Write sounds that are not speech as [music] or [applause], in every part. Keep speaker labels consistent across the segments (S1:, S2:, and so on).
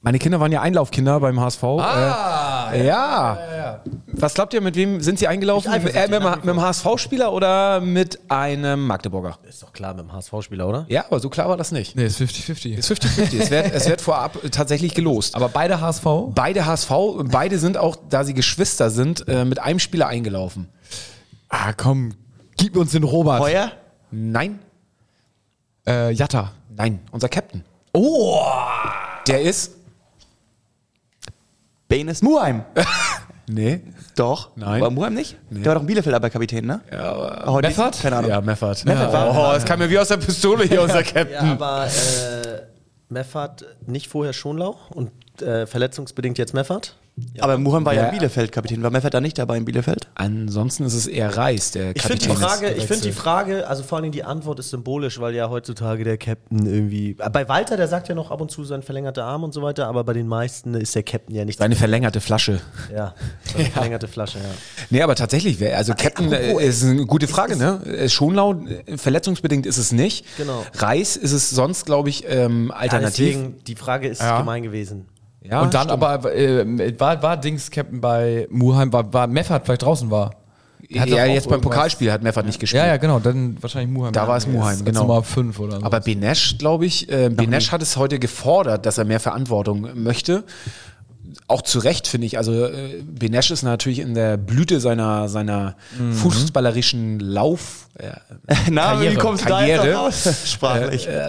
S1: Meine Kinder waren ja Einlaufkinder beim HSV.
S2: Ah,
S1: äh, ja. Was glaubt ihr, mit wem sind sie eingelaufen?
S2: Ich
S1: Äh, mit,
S2: eifersüchtig
S1: dem-
S2: nach wie
S1: mit dem HSV-Spieler oder mit einem Magdeburger?
S2: Ist doch klar mit dem HSV-Spieler, oder?
S1: Ja, aber so klar war das nicht.
S3: Nee, ist 50-50.
S1: Ist 50-50. es, wird, es wird vorab tatsächlich gelost.
S3: Aber beide HSV?
S1: Beide HSV, beide sind auch, da sie Geschwister sind, äh, mit einem Spieler eingelaufen.
S3: Ah, komm. Gib uns den Robert.
S2: Heuer?
S1: Nein,
S3: Äh, Jatta.
S1: nein, unser Captain.
S3: Oh!
S1: Der ist.
S4: Benes Muheim.
S1: Nee.
S4: Doch.
S1: Nein.
S4: War Muheim nicht? Der war doch in Bielefeld aber Kapitän, ne? Ja, aber Meffert? Keine Ahnung.
S1: Ja, Meffert.
S4: Meffert
S1: Oh, es kam mir wie aus der Pistole hier, unser
S2: Ja,
S1: Captain.
S2: aber äh, Meffert nicht vorher Schonlau und äh, verletzungsbedingt jetzt Meffert.
S4: Aber Muheim war ja,
S1: Ja.
S4: in Bielefeld Kapitän. War Meffert da nicht dabei in [laughs] Bielefeld?
S1: Ansonsten ist es eher Reis, der
S2: Ich finde
S1: Kapitän
S2: die
S1: ist
S2: Frage, ich
S1: gewechselt.
S2: finde die Frage, also vor allen Dingen die Antwort ist symbolisch, weil ja heutzutage der Captain irgendwie. äh, Bei Walter, der sagt ja noch ab und zu sein verlängerter Arm und so weiter, aber bei den meisten ist der Captain ja nicht.
S1: Seine verlängerte Flasche.
S2: [laughs] ja, seine verlängerte Flasche, ja.
S1: Nee, aber tatsächlich, wer- also Captain äh, ist eine gute Frage, ne? Äh, Schonlau, äh, verletzungsbedingt ist es nicht.
S2: Genau.
S1: Reis ist es sonst, glaube ich, ähm,
S2: ja
S1: alternativ.
S2: deswegen, die Frage ist
S3: Ja.
S2: gemein gewesen.
S1: Ja,
S3: und dann
S1: stimmt.
S3: aber äh, war, war Dings Captain bei Muheim, war, war Meffert vielleicht draußen war. Der hat doch
S1: ja,
S3: auch
S1: jetzt beim
S3: irgendwas-
S1: Pokalspiel hat Meffert nicht gespielt.
S3: Ja, ja, genau, dann wahrscheinlich Muheim.
S1: Da war es
S3: Ja,
S1: Muheim,
S3: als
S1: genau.
S3: Nummer 5 oder so.
S1: Aber Benesch, glaube ich, äh, Benesch hat es heute gefordert, dass er mehr Verantwortung möchte. Auch zu Recht, finde ich. Also äh, Benesch ist natürlich in der Blüte seiner, seiner
S3: Mhm.
S1: fußballerischen Lauf. Äh,
S4: Na,
S1: Karriere. Karriere.
S4: noch raus? [laughs] Äh, Sprachlich.
S1: Äh,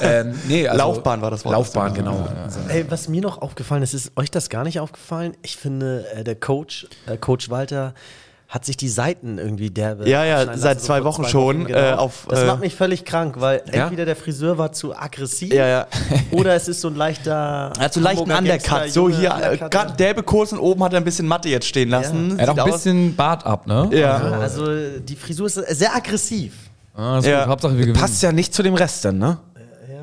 S1: ähm, nee, also-
S4: Laufbahn war das Wort.
S1: Laufbahn, genau.
S2: Ey, was mir noch aufgefallen ist, ist euch das gar nicht aufgefallen? Ich finde, äh, der Coach, äh, Coach Walter, hat sich die Seiten irgendwie derbe.
S4: Ja, ja,
S2: abschneiden
S4: seit
S2: lassen,
S4: zwei
S2: vor genau.
S4: Wochen schon, äh, auf,
S2: das
S4: äh,
S2: macht mich völlig krank, weil
S1: Ja?
S2: entweder der Friseur war zu aggressiv
S4: Ja, ja.
S2: [laughs] oder es ist so ein leichter.
S4: Er hat so einen leichten
S2: Hamburger
S4: Undercut.
S2: Gangster,
S4: So
S2: junge
S4: hier, äh,
S2: Undercut.
S4: gerade derbe Kurs und oben hat er ein bisschen Matte jetzt stehen lassen.
S3: er hat
S4: Sieht
S3: auch ein
S4: aus-
S3: bisschen Bart ab, ne?
S4: Ja.
S2: Ja, also äh, die Frisur ist äh, sehr aggressiv.
S3: Ah, das ist
S4: Ja.
S3: gut. Hauptsache wir gewinnen.
S1: Passt ja nicht zu dem Rest dann, ne?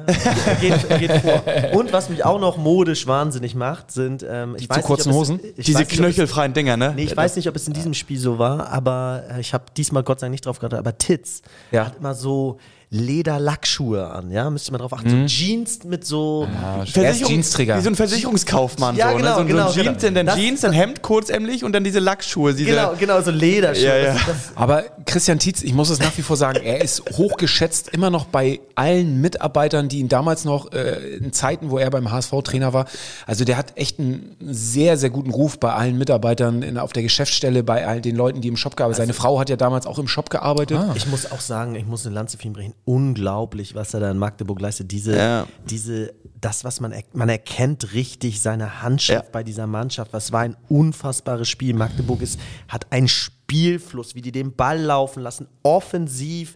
S2: Er geht, er geht vor. Und was mich auch noch modisch wahnsinnig macht, sind ähm, ich
S1: zu kurzen
S2: ob es-
S1: Hosen?
S2: ich weiß
S4: Diese
S2: nicht, ob es-
S4: knöchelfreien Dinger, ne?
S2: Nee, ich weiß nicht, ob es in diesem Spiel so war, aber äh, ich habe diesmal Gott sei Dank nicht drauf geachtet, aber Titz
S1: Ja.
S2: hat immer so Leder-Lackschuhe an, ja, müsste man drauf achten.
S4: Mhm.
S2: So Jeans mit so.
S4: Ah.
S1: Er ist Jeansträger.
S4: Wie so ein Versicherungskaufmann.
S2: Ja,
S4: so,
S2: genau,
S4: ne? so,
S2: genau,
S4: so ein Jeans,
S2: genau.
S4: dann
S2: Das-
S4: Jeans, dann Hemd kurzämlich und dann diese Lackschuhe. Diese,
S2: Genau, genau, so Lederschuhe.
S4: Ja, ja.
S2: Das, das,
S1: Aber Christian Tietz, ich muss es nach wie vor sagen, er ist hochgeschätzt, immer noch bei allen Mitarbeitern, die ihn damals noch äh, in Zeiten, wo er beim HSV-Trainer war. Also der hat echt einen sehr, sehr guten Ruf bei allen Mitarbeitern in, auf der Geschäftsstelle, bei all den Leuten, die im Shop gearbeitet Seine Frau hat ja damals auch im Shop gearbeitet.
S4: Ah.
S2: ich muss auch sagen, ich muss eine Lanze für ihn brechen. Unglaublich, was er da in Magdeburg leistet. Diese,
S4: Ja.
S2: diese, das, was man, er, man erkennt richtig seine Handschrift
S4: Ja.
S2: bei dieser Mannschaft. Was war ein unfassbares Spiel. Magdeburg ist, hat einen Spielfluss, wie die den Ball laufen lassen. Offensiv,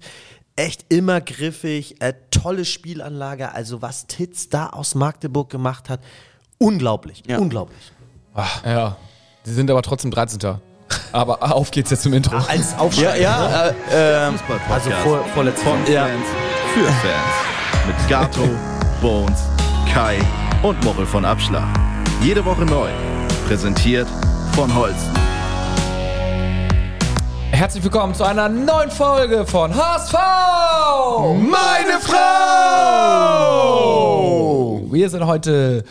S2: echt immer griffig, äh, tolle Spielanlage. Also, was Titz da aus Magdeburg gemacht hat, unglaublich,
S4: Ja.
S2: unglaublich.
S3: Ja. Sie sind aber
S1: [laughs]
S3: trotzdem 13. Aber auf geht's jetzt zum Intro.
S2: Als Aufsteiger.
S4: ja, äh,
S2: Also, vor, vorletztes Mal.
S4: Ja.
S5: Fans für Fans. Mit Gato, Bones, Kai und Morrel von Abschlag. Jede Woche neu. Präsentiert von Holsten.
S3: Herzlich willkommen zu einer neuen Folge von HSV! Meine Frau! Wir sind heute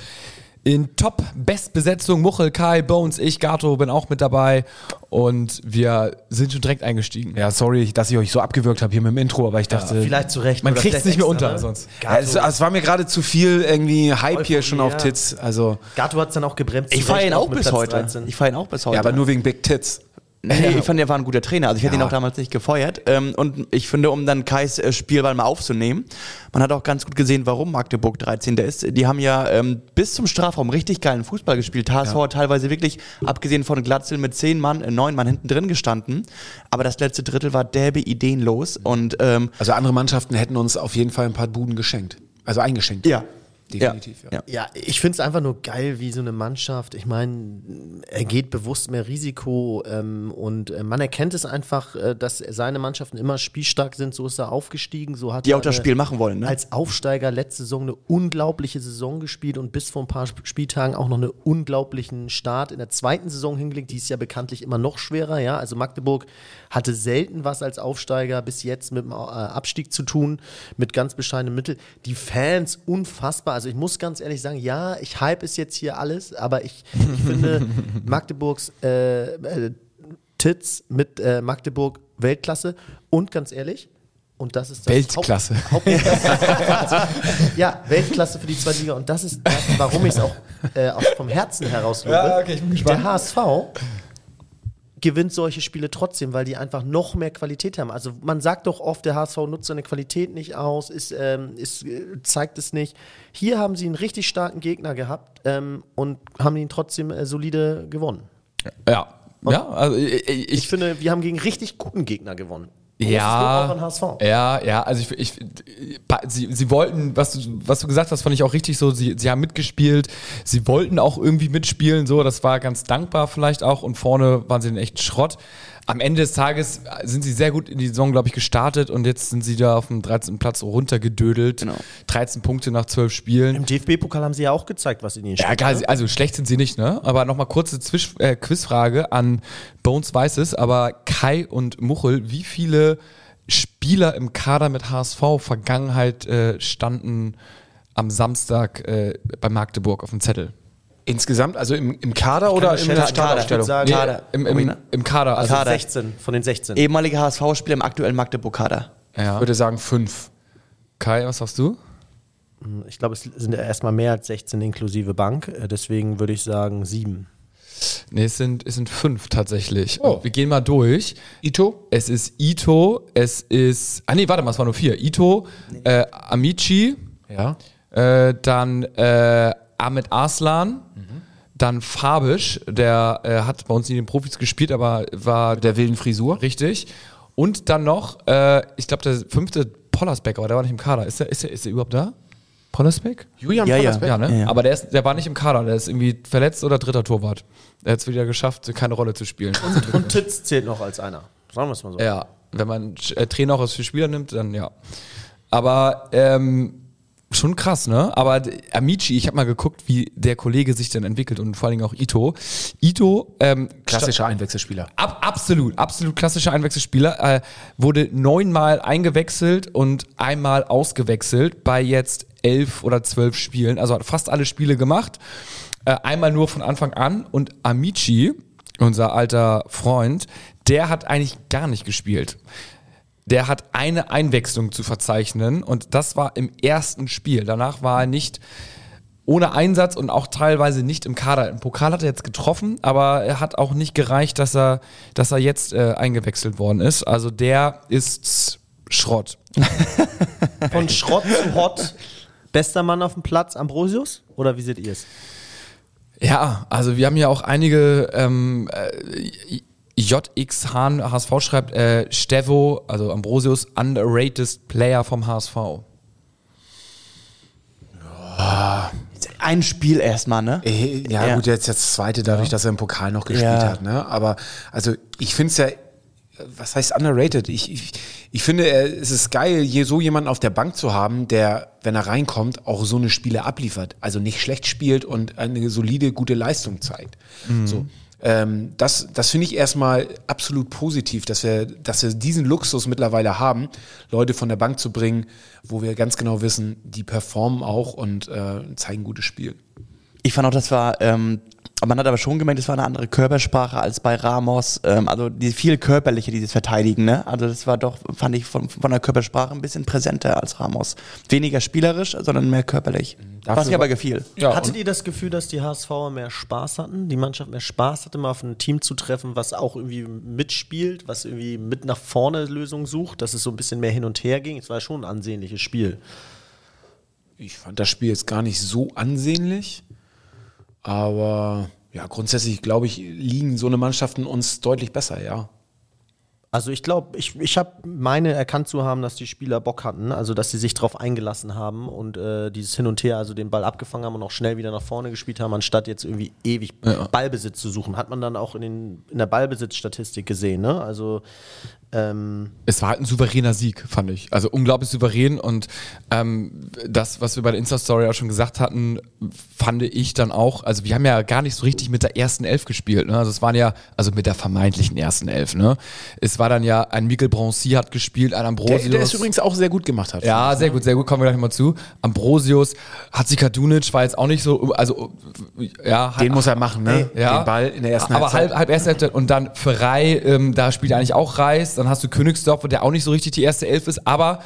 S3: in Top-Bestbesetzung. Muchel, Kai, Bones, ich, Gato bin auch mit dabei. Und wir sind schon direkt eingestiegen.
S1: Ja, sorry, dass ich euch so abgewürgt habe hier mit dem Intro, aber ich dachte.
S2: Vielleicht zu Recht.
S3: Man
S2: oder
S3: kriegt's
S2: vielleicht
S3: nicht mehr
S2: extra,
S3: unter
S2: ne?
S3: sonst.
S1: Ja,
S4: Also,
S1: es, es war mir gerade zu viel irgendwie Hype hier
S2: Euphorie,
S1: schon auf
S2: ja.
S1: Titz. Also,
S2: Gato hat es dann auch gebremst.
S4: ich
S2: zu
S4: feiere
S2: Recht
S4: ihn auch
S2: mit
S4: bis
S2: Platz
S4: heute.
S2: 13.
S4: Ich feiere ihn auch bis heute.
S1: ja, aber nur wegen Big Tits.
S4: [laughs] Nee, ich fand, er war ein guter Trainer. Also ich hätte ihn
S1: Ja.
S4: auch damals nicht gefeuert. Ähm, und ich finde, um dann Kais äh, Spielwahl mal aufzunehmen, man hat auch ganz gut gesehen, warum Magdeburg 13. ist. Die haben ja ähm, bis zum Strafraum richtig geilen Fußball gespielt. HSV hat teilweise wirklich, abgesehen von Glatzel, mit zehn Mann, äh, neun Mann hinten drin gestanden. Aber das letzte Drittel war derbe ideenlos. Und ähm,
S1: Also andere Mannschaften hätten uns auf jeden Fall ein paar Buden geschenkt. Also eingeschenkt.
S4: ja.
S1: Definitiv, ja.
S4: ja.
S2: Ja, ich finde es einfach nur geil, wie so eine Mannschaft. Ich meine, er geht bewusst mehr Risiko ähm, und äh, man erkennt es einfach, äh, dass seine Mannschaften immer spielstark sind. So ist er aufgestiegen. So hat
S4: Die
S2: er
S4: auch das
S2: eine-
S4: Spiel machen wollen, ne?
S2: Äh, Als Aufsteiger letzte Saison eine unglaubliche Saison gespielt und bis vor ein paar Sp- Spieltagen auch noch einen unglaublichen Start in der zweiten Saison hingelegt. Die ist ja bekanntlich immer noch schwerer. Ja, also Magdeburg hatte selten was als Aufsteiger bis jetzt mit dem äh, Abstieg zu tun, mit ganz bescheidenen Mitteln. Die Fans unfassbar. Also ich muss ganz ehrlich sagen, ja, ich hype es jetzt hier alles, aber ich, ich
S4: [laughs]
S2: finde Magdeburgs äh, äh, Tits mit äh, Magdeburg Weltklasse und ganz ehrlich, und das ist das
S3: Weltklasse.
S2: Haupt, Haupt- [laughs] ja, Weltklasse für die zweite Liga. Und das ist das, warum ich es auch, äh, auch vom Herzen heraus lobe.
S3: Ja, okay, ich bin gespannt.
S2: Der HSV gewinnt solche Spiele trotzdem, weil die einfach noch mehr Qualität haben. Also man sagt doch oft, der HSV nutzt seine Qualität nicht aus, ist, ähm, ist, äh, zeigt es nicht. Hier haben sie einen richtig starken Gegner gehabt ähm, und haben ihn trotzdem äh, solide gewonnen.
S3: Ja. Ja, also ich, ich,
S2: Ich finde, wir haben gegen richtig guten Gegner gewonnen. Großes
S3: Ja,
S2: Lob auch an HSV.
S3: ja, ja, also ich, ich pa- sie, sie wollten, was du, was du gesagt hast, fand ich auch richtig so, sie, sie haben mitgespielt, sie wollten auch irgendwie mitspielen, so, das war ganz dankbar vielleicht auch und vorne waren sie in echt Schrott. Am Ende des Tages sind sie sehr gut in die Saison, glaube ich, gestartet und jetzt sind sie da auf dem 13. Platz runtergedödelt.
S4: Genau.
S3: 13 Punkte nach 12 Spielen.
S2: Im DFB-Pokal haben sie ja auch gezeigt, was in ihnen
S3: Ja,
S2: steckt.
S3: klar, sie- also schlecht sind sie nicht, ne? Aber nochmal kurze Zwisch äh, Quizfrage an Bones Weißes, aber Kai und Muchel, wie viele Spieler im Kader mit HSV-Vergangenheit äh, standen am Samstag äh, bei Magdeburg auf dem Zettel?
S1: Insgesamt, also im, im Kader oder im
S2: schnell
S1: der
S2: einen Kader
S1: Startaufstellung?
S2: sagen.
S3: Nee,
S4: Kader.
S3: Im, im,
S4: Arena?
S3: im Kader. Also,
S4: Kader.
S2: 16, von den 16.
S4: Ehemaliger HSV-Spieler im aktuellen Magdeburg-Kader.
S1: Ich
S3: Ja.
S1: würde sagen fünf.
S3: Kai, was sagst du?
S2: Ich glaube, es sind ja erstmal mehr als 16 inklusive Bank. Äh, Deswegen würde ich sagen 7.
S3: Nee, es sind, es sind fünf tatsächlich.
S1: Oh.
S3: Wir gehen mal durch.
S1: Ito?
S3: Es ist Ito, es ist. Ah nee, warte mal, es waren nur vier. Ito, äh, Amici,
S1: Ja.
S3: Äh, dann äh, Ahmed Arslan,
S1: Mhm.
S3: dann Fabisch, der äh, hat bei uns nie den Profis gespielt, aber war
S1: Mit der wilden Frisur?
S3: richtig. Und dann noch, äh, ich glaube, der fünfte Pollersbeck, aber der war nicht im Kader. Ist der, ist der, ist der überhaupt da? Pollersbeck?
S1: Julian
S4: Ja, ja.
S1: Pollersbeck?
S3: Ja, ne?
S4: ja.
S3: Aber der, ist, der war nicht im Kader, der ist irgendwie verletzt oder dritter Torwart. Der hat es wieder geschafft, keine Rolle zu spielen.
S2: Und Titz zählt noch als einer. Sagen wir es mal so.
S3: Ja, wenn man äh, Trainer auch als für Spieler nimmt, dann ja. Aber ähm, schon krass, ne? Aber d- Amici, ich habe mal geguckt, wie der Kollege sich dann entwickelt und vor allen Dingen auch Ito. Ito, ähm,
S1: Klassischer Einwechselspieler.
S3: ab, absolut, absolut klassischer Einwechselspieler, äh, wurde neunmal eingewechselt und einmal ausgewechselt bei jetzt elf oder zwölf Spielen. Also hat fast alle Spiele gemacht. Äh, einmal nur von Anfang an und Amici, unser alter Freund, der hat eigentlich gar nicht gespielt der hat eine Einwechslung zu verzeichnen und das war im ersten Spiel. Danach war er nicht ohne Einsatz und auch teilweise nicht im Kader. Im Pokal hat er jetzt getroffen, aber er hat auch nicht gereicht, dass er, dass er jetzt äh, eingewechselt worden ist. Also der ist Schrott.
S2: Von Schrott zu Hot. Bester Mann auf dem Platz, Ambrosius? Oder wie seht ihr es?
S3: Ja, also wir haben ja auch einige ähm, äh, JX Hahn, HSV schreibt, äh, Stevo, also Ambrosius, underrated Player vom HSV.
S4: Ein Spiel erstmal, ne?
S1: Eh, Ja,
S4: Ja.
S1: gut, jetzt jetzt das zweite, dadurch, dass er im Pokal noch gespielt
S4: Ja.
S1: hat. Ne? Aber also ich finde es ja, äh, was heißt underrated? Ich, ich, ich finde, äh, es ist geil, je so jemanden auf der Bank zu haben, der, wenn er reinkommt, auch so eine Spiele abliefert. Also nicht schlecht spielt und eine solide, gute Leistung zeigt.
S4: Mhm.
S1: So. Ähm, das das finde ich erstmal absolut positiv, dass wir, dass wir diesen Luxus mittlerweile haben, Leute von der Bank zu bringen, wo wir ganz genau wissen, die performen auch und äh, zeigen gutes Spiel.
S4: Ich fand auch, das war, ähm, man hat aber schon gemerkt, es war eine andere Körpersprache als bei Ramos. Ähm, also die viel körperliche, dieses Verteidigen, ne? Also das war doch, fand ich von, von der Körpersprache ein bisschen präsenter als Ramos. Weniger spielerisch, sondern mehr körperlich.
S1: Dafür
S4: Was mir
S1: war-
S4: aber gefiel.
S1: Ja,
S2: Hattet ihr das Gefühl, dass die HSVer mehr Spaß hatten? Die Mannschaft mehr Spaß hatte, mal auf ein Team zu treffen, was auch irgendwie mitspielt, was irgendwie mit nach vorne Lösungen sucht, dass es so ein bisschen mehr hin und her ging? Es war schon ein ansehnliches Spiel.
S1: Ich fand das Spiel jetzt gar nicht so ansehnlich, aber ja, grundsätzlich glaube ich, liegen so eine Mannschaften uns deutlich besser, ja.
S2: Also ich glaube, ich, ich habe meine erkannt zu haben, dass die Spieler Bock hatten, also dass sie sich drauf eingelassen haben und äh, dieses Hin und Her, also den Ball abgefangen haben und auch schnell wieder nach vorne gespielt haben, anstatt jetzt irgendwie ewig Ballbesitz zu suchen. Hat man dann auch in, den, in der Ballbesitzstatistik gesehen, ne? Also Ähm,
S3: es war halt ein souveräner Sieg, fand ich. Also unglaublich souverän und ähm, das, was wir bei der Insta-Story auch schon gesagt hatten, fand ich dann auch, also wir haben ja gar nicht so richtig mit der ersten Elf gespielt, ne? Also es waren ja, also mit der vermeintlichen ersten Elf, ne? Es war dann ja, ein Mikkel Bronzi hat gespielt, ein Ambrosius.
S1: Der, der es übrigens auch sehr gut gemacht hat.
S3: Ja, sehr gut, sehr gut, kommen wir gleich mal zu. Ambrosius, Hatzikadunic war jetzt auch nicht so, also ja,
S1: Den muss er machen, ne?
S3: ja.
S1: Den Ball in der ersten
S3: aber halt- halb, halb erste Hälfte und dann Ferrei, ähm, da spielt eigentlich auch Reis. Dann hast du Königsdorf, der auch nicht so richtig die erste Elf ist, aber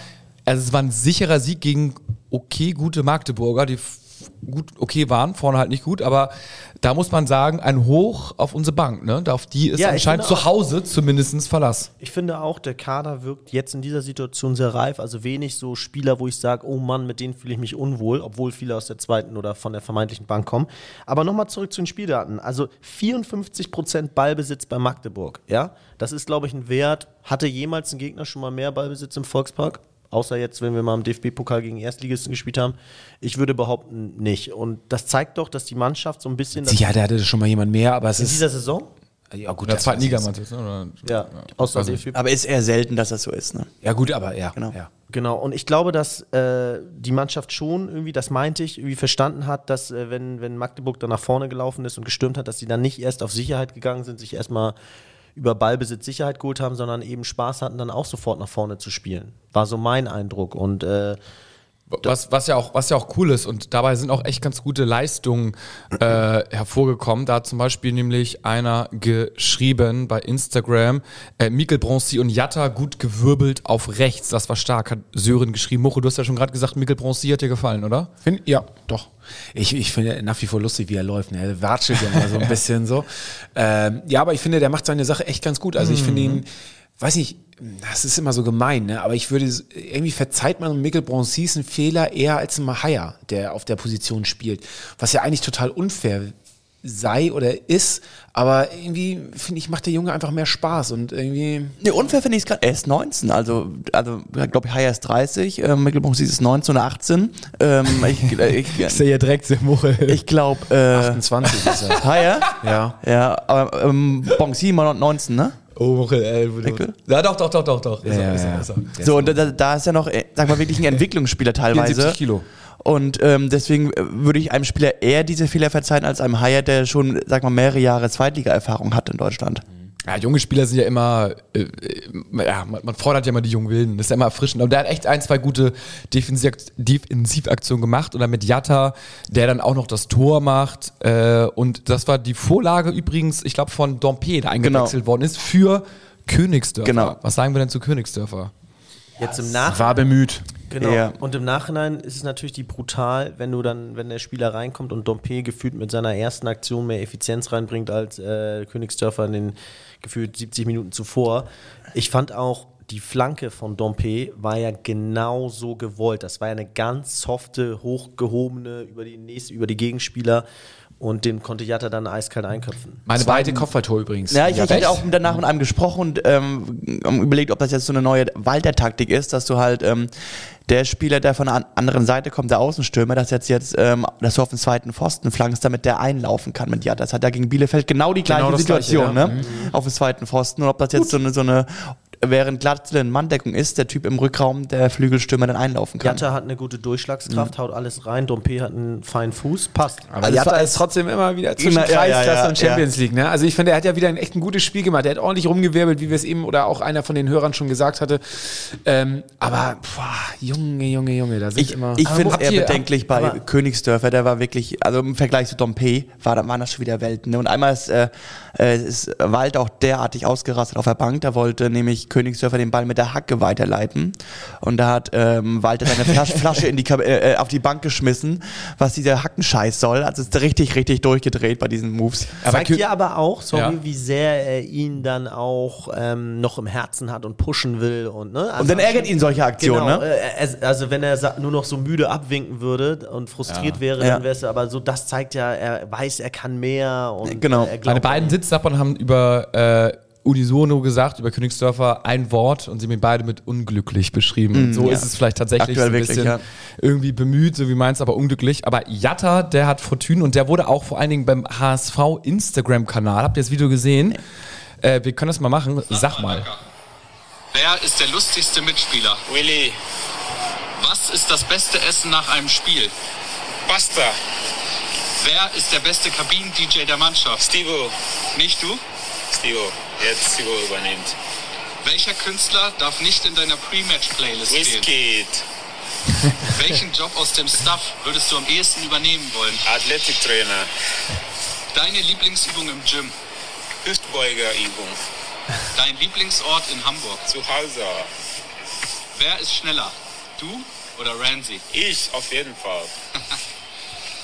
S3: also es war ein sicherer Sieg gegen okay gute Magdeburger, die f- gut okay waren, vorne halt nicht gut, aber da muss man sagen, ein Hoch auf unsere Bank, ne? Da Auf die ist
S2: Ja, ich
S3: anscheinend
S2: finde auch-
S3: zu Hause zumindest Verlass.
S2: ich finde auch, der Kader wirkt jetzt in dieser Situation sehr reif. Also wenig so Spieler, wo ich sage, oh Mann, mit denen fühle ich mich unwohl, obwohl viele aus der zweiten oder von der vermeintlichen Bank kommen. Aber nochmal zurück zu den Spieldaten. Also 54% Ballbesitz bei Magdeburg. Ja, das ist, glaube ich, ein Wert. Hatte jemals ein Gegner schon mal mehr Ballbesitz im Volkspark? Außer jetzt, wenn wir mal im DFB-Pokal gegen Erstligisten gespielt haben. Ich würde behaupten, nicht. Und das zeigt doch, dass die Mannschaft so ein bisschen.
S1: Ja, der hatte schon mal jemand mehr, aber es
S2: in
S1: ist.
S2: dieser Saison?
S1: Ja, gut,
S3: In der
S1: das
S3: zweiten
S1: weiß ich
S3: Liga,
S1: jetzt.
S3: meinst du, jetzt, ne? Oder- Also
S2: Ja, außer
S3: weiß
S2: DFB.
S4: Aber ist eher selten, dass das so ist, ne?
S1: Ja, gut, aber ja.
S4: Genau.
S1: ja.
S2: Genau, und ich glaube, dass äh, die Mannschaft schon irgendwie, das meinte ich, irgendwie verstanden hat, dass äh, wenn, wenn Magdeburg dann nach vorne gelaufen ist und gestürmt hat, dass sie dann nicht erst auf Sicherheit gegangen sind, sich erstmal über Ballbesitz Sicherheit geholt haben, sondern eben Spaß hatten, dann auch sofort nach vorne zu spielen. War so mein Eindruck. Und äh,
S3: Was, was, ja auch, was ja auch cool ist und dabei sind auch echt ganz gute Leistungen äh, hervorgekommen. Da hat zum Beispiel nämlich einer geschrieben bei Instagram, äh, Mikkel Bronzi und Jatta gut gewirbelt auf rechts. Das war stark, hat Sören geschrieben. Mocho, du hast ja schon gerade gesagt, Mikkel Bronzi hat dir gefallen, oder?
S1: Find, ja, doch. Ich, ich finde nach wie vor lustig, wie er läuft. Ne? Er watschelt ja mal so ein bisschen so. Ähm, ja, aber ich finde, der macht seine Sache echt ganz gut. Also ich finde ihn, weiß nicht, das ist immer so gemein, ne? aber ich würde, s- irgendwie verzeiht man Mikkel Bronzis einen Fehler eher als einem Mahaya, der auf der Position spielt. Was ja eigentlich total unfair sei oder ist, aber irgendwie, finde ich, macht der Junge einfach mehr Spaß und irgendwie...
S4: Ne, unfair finde ich es gerade. Er ist 19, also, also ich glaube, Haya ist 30, ähm, Mittelpunkt ist 19 oder 18. Ähm, ich äh, ich, ich,
S3: ja direkt sehr Mochel.
S4: glaube,
S1: 20 ist
S4: [laughs] äh,
S1: er.
S4: Haya,
S1: Ja.
S4: ja, aber ähm, Bonsi immer noch 19, ne?
S3: Oh, Mochel, ey. wo du-
S4: Ecke?
S3: Ja, doch, doch, doch, doch, doch. Ist er,
S1: ja,
S3: ist er,
S1: ja.
S3: ist er.
S4: So, und da, da ist ja noch, äh, sag mal, wirklich ein Entwicklungsspieler teilweise.
S1: 74 Kilo.
S4: Und ähm, deswegen äh, würde ich einem Spieler eher diese Fehler verzeihen als einem Haier, der schon, sag mal, mehrere Jahre Zweitliga-Erfahrung hat in Deutschland.
S3: Ja, junge Spieler sind ja immer, äh, äh, ja, man, man fordert ja immer die jungen Wilden, das ist ja immer erfrischend. Und der hat echt ein, zwei gute Defensiv- Defensivaktionen gemacht. Und dann mit Jatta, der dann auch noch das Tor macht. Äh, und das war die Vorlage übrigens, ich glaube, von Dompe, der eingewechselt worden ist, für Königsdörfer.
S4: Genau.
S3: Was sagen wir denn zu Königsdörfer?
S2: jetzt im Nach
S1: War bemüht.
S2: Genau.
S4: Ja.
S2: Und im Nachhinein ist es natürlich die brutal, wenn du dann, wenn der Spieler reinkommt und Dompe gefühlt mit seiner ersten Aktion mehr Effizienz reinbringt als äh, Königsdörfer in den gefühlt 70 Minuten zuvor. Ich fand auch die Flanke von Dompe war ja genau so gewollt. Das war ja eine ganz softe, hochgehobene über die nächste, über die Gegenspieler und den konnte Jatta dann eiskalt einköpfen.
S3: Meine
S1: Zweite
S3: beiden
S1: Kopfballtor übrigens.
S4: Ja, ich, ich
S3: echt?
S4: hätte auch danach mit einem gesprochen und ähm, überlegt, ob das jetzt so eine neue Walter-Taktik ist, dass du halt ähm, der Spieler, der von der an- anderen Seite kommt, der Außenstürmer, dass jetzt jetzt, ähm, dass du auf den zweiten Pfosten flankst, damit der einlaufen kann mit Jatta. Das hat ja gegen Bielefeld genau die gleiche
S1: das
S4: Situation,
S1: Gleiche, ja.
S4: ne? Auf den zweiten Pfosten und ob das jetzt so eine, so eine während Glatzel in Manndeckung ist, der Typ im Rückraum, der Flügelstürmer dann Mhm. einlaufen kann.
S2: Jatta hat eine gute Durchschlagskraft, haut alles rein. Dompe hat einen feinen Fuß, passt.
S1: Aber
S4: Also es
S1: Jatta
S4: war-
S1: ist halt trotzdem immer wieder zwischen
S4: Immer- ja, ja,
S1: Kreisklasse
S4: ja,
S1: und Champions League. Ne? Also ich finde, er hat ja wieder ein echt ein gutes Spiel gemacht. Er hat ordentlich rumgewirbelt, wie wir es eben oder auch einer von den Hörern schon gesagt hatte. Ähm, aber pff, Junge, Junge, Junge, da sind
S4: Ich,
S1: immer.
S4: ich finde
S3: habt
S4: es eher
S3: ihr-
S4: bedenklich bei
S2: aber-
S4: Königsdörfer, der war wirklich, also im Vergleich zu Dompe war, da- waren das schon wieder Welten. Ne? Und einmal ist, äh, äh, ist Wald auch derartig ausgerastet auf der Bank, da wollte nämlich Königsdörfer den Ball mit der Hacke weiterleiten. Und da hat ähm, Walter
S2: [laughs]
S4: seine Flas- Flasche in die, Kab- äh, äh, auf die Bank geschmissen, was dieser Hackenscheiß soll. Also ist richtig, richtig durchgedreht bei diesen Moves.
S2: Zeigt
S3: Kö-
S2: dir aber auch, sorry,
S3: Ja.
S2: wie sehr er ihn dann auch ähm, noch im Herzen hat und pushen will und ne. Also
S4: Und dann ärgert ihn solche Aktionen,
S2: genau,
S4: ne?
S2: äh, es- also wenn er sa- nur noch so müde abwinken würde und frustriert wäre,
S4: Ja.
S2: dann wäre es aber so, das zeigt ja, er weiß, er kann mehr und
S4: Genau.
S2: äh, er glaubt
S3: Meine beiden Sitzlappern haben über äh, Unisono gesagt, über Königsdörfer, ein Wort und sie haben ihn beide mit unglücklich beschrieben. so
S4: Mm, ja.
S3: ist es vielleicht tatsächlich
S4: Aktuell
S3: so ein
S4: wirklich,
S3: bisschen
S4: ja.
S3: irgendwie bemüht, so wie meins, aber unglücklich. Aber Jatta, der hat Fortune und der wurde auch vor allen Dingen beim HSV Instagram-Kanal, habt ihr das Video gesehen? Äh, wir können das mal machen. Sag mal.
S6: Wer ist der lustigste Mitspieler?
S7: Willi,
S6: Was ist das beste Essen nach einem Spiel?
S7: Basta,
S6: Wer ist der beste Kabinen-DJ der Mannschaft?
S7: Stivo,
S6: Nicht du?
S7: Stivo, jetzt Stivo übernimmt.
S6: Welcher Künstler darf nicht in deiner Pre-Match-Playlist fehlen?
S7: Whiskey,
S6: Welchen Job aus dem Stuff würdest du am ehesten übernehmen wollen?
S7: Athletiktrainer,
S6: Deine Lieblingsübung im Gym?
S7: Hüftbeugerübung,
S6: Dein Lieblingsort in Hamburg?
S7: zu Hause.
S6: Wer ist schneller? Du oder Ramsey?
S7: Ich auf jeden Fall.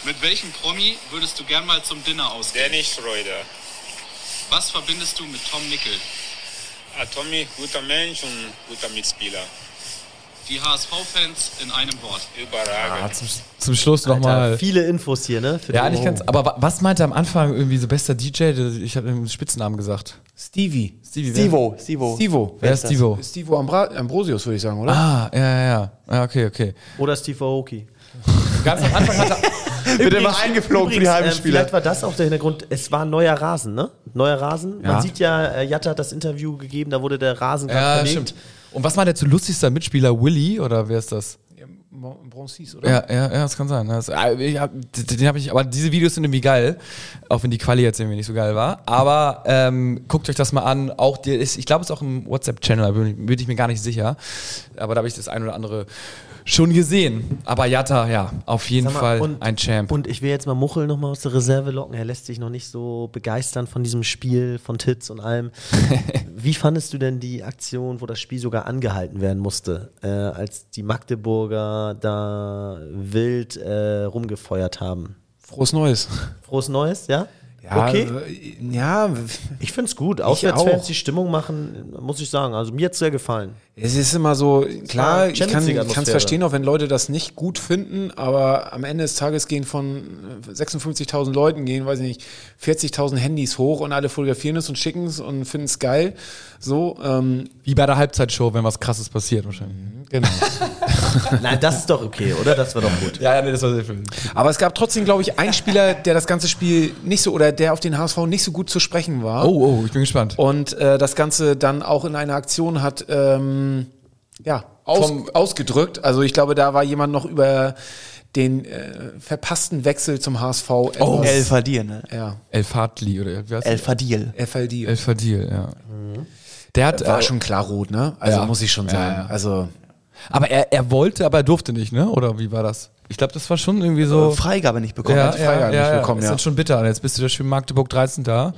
S6: Mit welchem Promi würdest du gern mal zum Dinner ausgehen?
S7: Dennis Schröder.
S6: Was verbindest du mit Tom Nickel?
S7: Atomi, guter Mensch und guter Mitspieler.
S6: Die HSV-Fans in einem Wort.
S7: Überragend.
S3: Zum, zum Schluss nochmal.
S2: viele Infos hier, ne? Für
S3: Ja,
S2: den-
S3: nicht ganz. Aber wa- was meinte am Anfang irgendwie so bester DJ? Ich habe den Spitznamen gesagt.
S1: Stevie.
S3: Stevie. wer-
S4: Stivo, Stivo.
S1: Stivo.
S3: Wer ist Stivo?
S1: Stivo Ambra Ambrosius, würde ich sagen, oder?
S3: Ah, ja, ja, ja. Ja, okay, okay.
S2: Oder Steve Aoki.
S3: Ganz am Anfang hat er.
S4: Wird immer eingeflogen für die halben Spieler.
S2: äh, ähm, vielleicht war das auch der Hintergrund. Es war ein neuer Rasen, ne? Neuer Rasen.
S1: Ja.
S2: Man sieht ja, äh, Jatta hat das Interview gegeben, da wurde der Rasen
S3: [laughs] Ja,
S2: gerade verlegt.
S3: stimmt. Und was war der zu lustigster Mitspieler? Willy oder wer ist das?
S1: Bronzis, oder?
S3: Ja, ja, ja, das kann sein. Das, ah, ich hab, den hab ich, aber diese Videos sind irgendwie geil, auch wenn die Quali jetzt irgendwie nicht so geil war. Aber ähm, guckt euch das mal an. Auch die, ist, ich glaube, es ist auch im WhatsApp-Channel, da bin, bin ich mir gar nicht sicher. Aber da habe ich das ein oder andere schon gesehen. Aber Jatta, ja, auf jeden
S2: Sag mal,
S3: Fall ein Champ.
S2: Und ich will jetzt mal Muchel nochmal aus der Reserve locken. Er lässt sich noch nicht so begeistern von diesem Spiel, von Tits und allem. Wie fandest du denn die Aktion, wo das Spiel sogar angehalten werden musste, äh, als die Magdeburger da wild äh, rumgefeuert haben?
S1: Frohes Neues.
S2: Frohes Neues, ja?
S1: Ja,
S2: okay.
S1: äh, ja,
S2: Ich find's gut.
S1: auch.
S2: Auswärtsfans die Stimmung machen, muss ich sagen. Also mir hat's sehr gefallen.
S1: es ist immer so, klar, ich kann
S2: Champions League
S1: es
S2: Atmosphäre.
S1: verstehen, auch wenn Leute das nicht gut finden, aber am Ende des Tages gehen von äh, 56.000 Leuten, gehen, weiß ich nicht, 40.000 Handys hoch und alle fotografieren es und schicken es und finden es geil. So, ähm,
S3: Wie bei der Halbzeitshow, wenn was krasses passiert wahrscheinlich.
S1: genau.
S2: Nein, das ist doch okay, oder? Das war doch gut.
S3: Ja, ja, nee, das war sehr schön.
S1: [laughs] aber es gab trotzdem, glaube ich, einen Spieler, der das ganze Spiel nicht so, oder der auf den HSV nicht so gut zu sprechen war.
S3: Oh, oh, ich bin gespannt.
S1: und äh, das Ganze dann auch in einer Aktion hat ähm, ja, aus, ausgedrückt. Also ich glaube, da war jemand noch über den äh, verpassten Wechsel zum HSV. Oh,
S4: El Fadil, ne?
S1: ja,
S3: El Fadli oder wie heißt
S4: El
S3: El,
S4: Fadil.
S1: FLD.
S3: El Fadil, ja. Der hat,
S1: war
S3: äh,
S1: schon klar rot, ne? Also
S3: Ja.
S1: muss ich schon sagen.
S3: Ja, ja.
S1: Also
S3: aber er, er wollte, aber er durfte nicht, ne? Oder wie war das? Äh, Ich glaube, das war schon irgendwie
S2: Oh.
S3: so.
S4: Freigabe nicht bekommen.
S1: die Freigabe nicht bekommen,
S3: ist
S1: ja.
S3: dann schon bitter. Und jetzt bist du da schön Magdeburg 13 da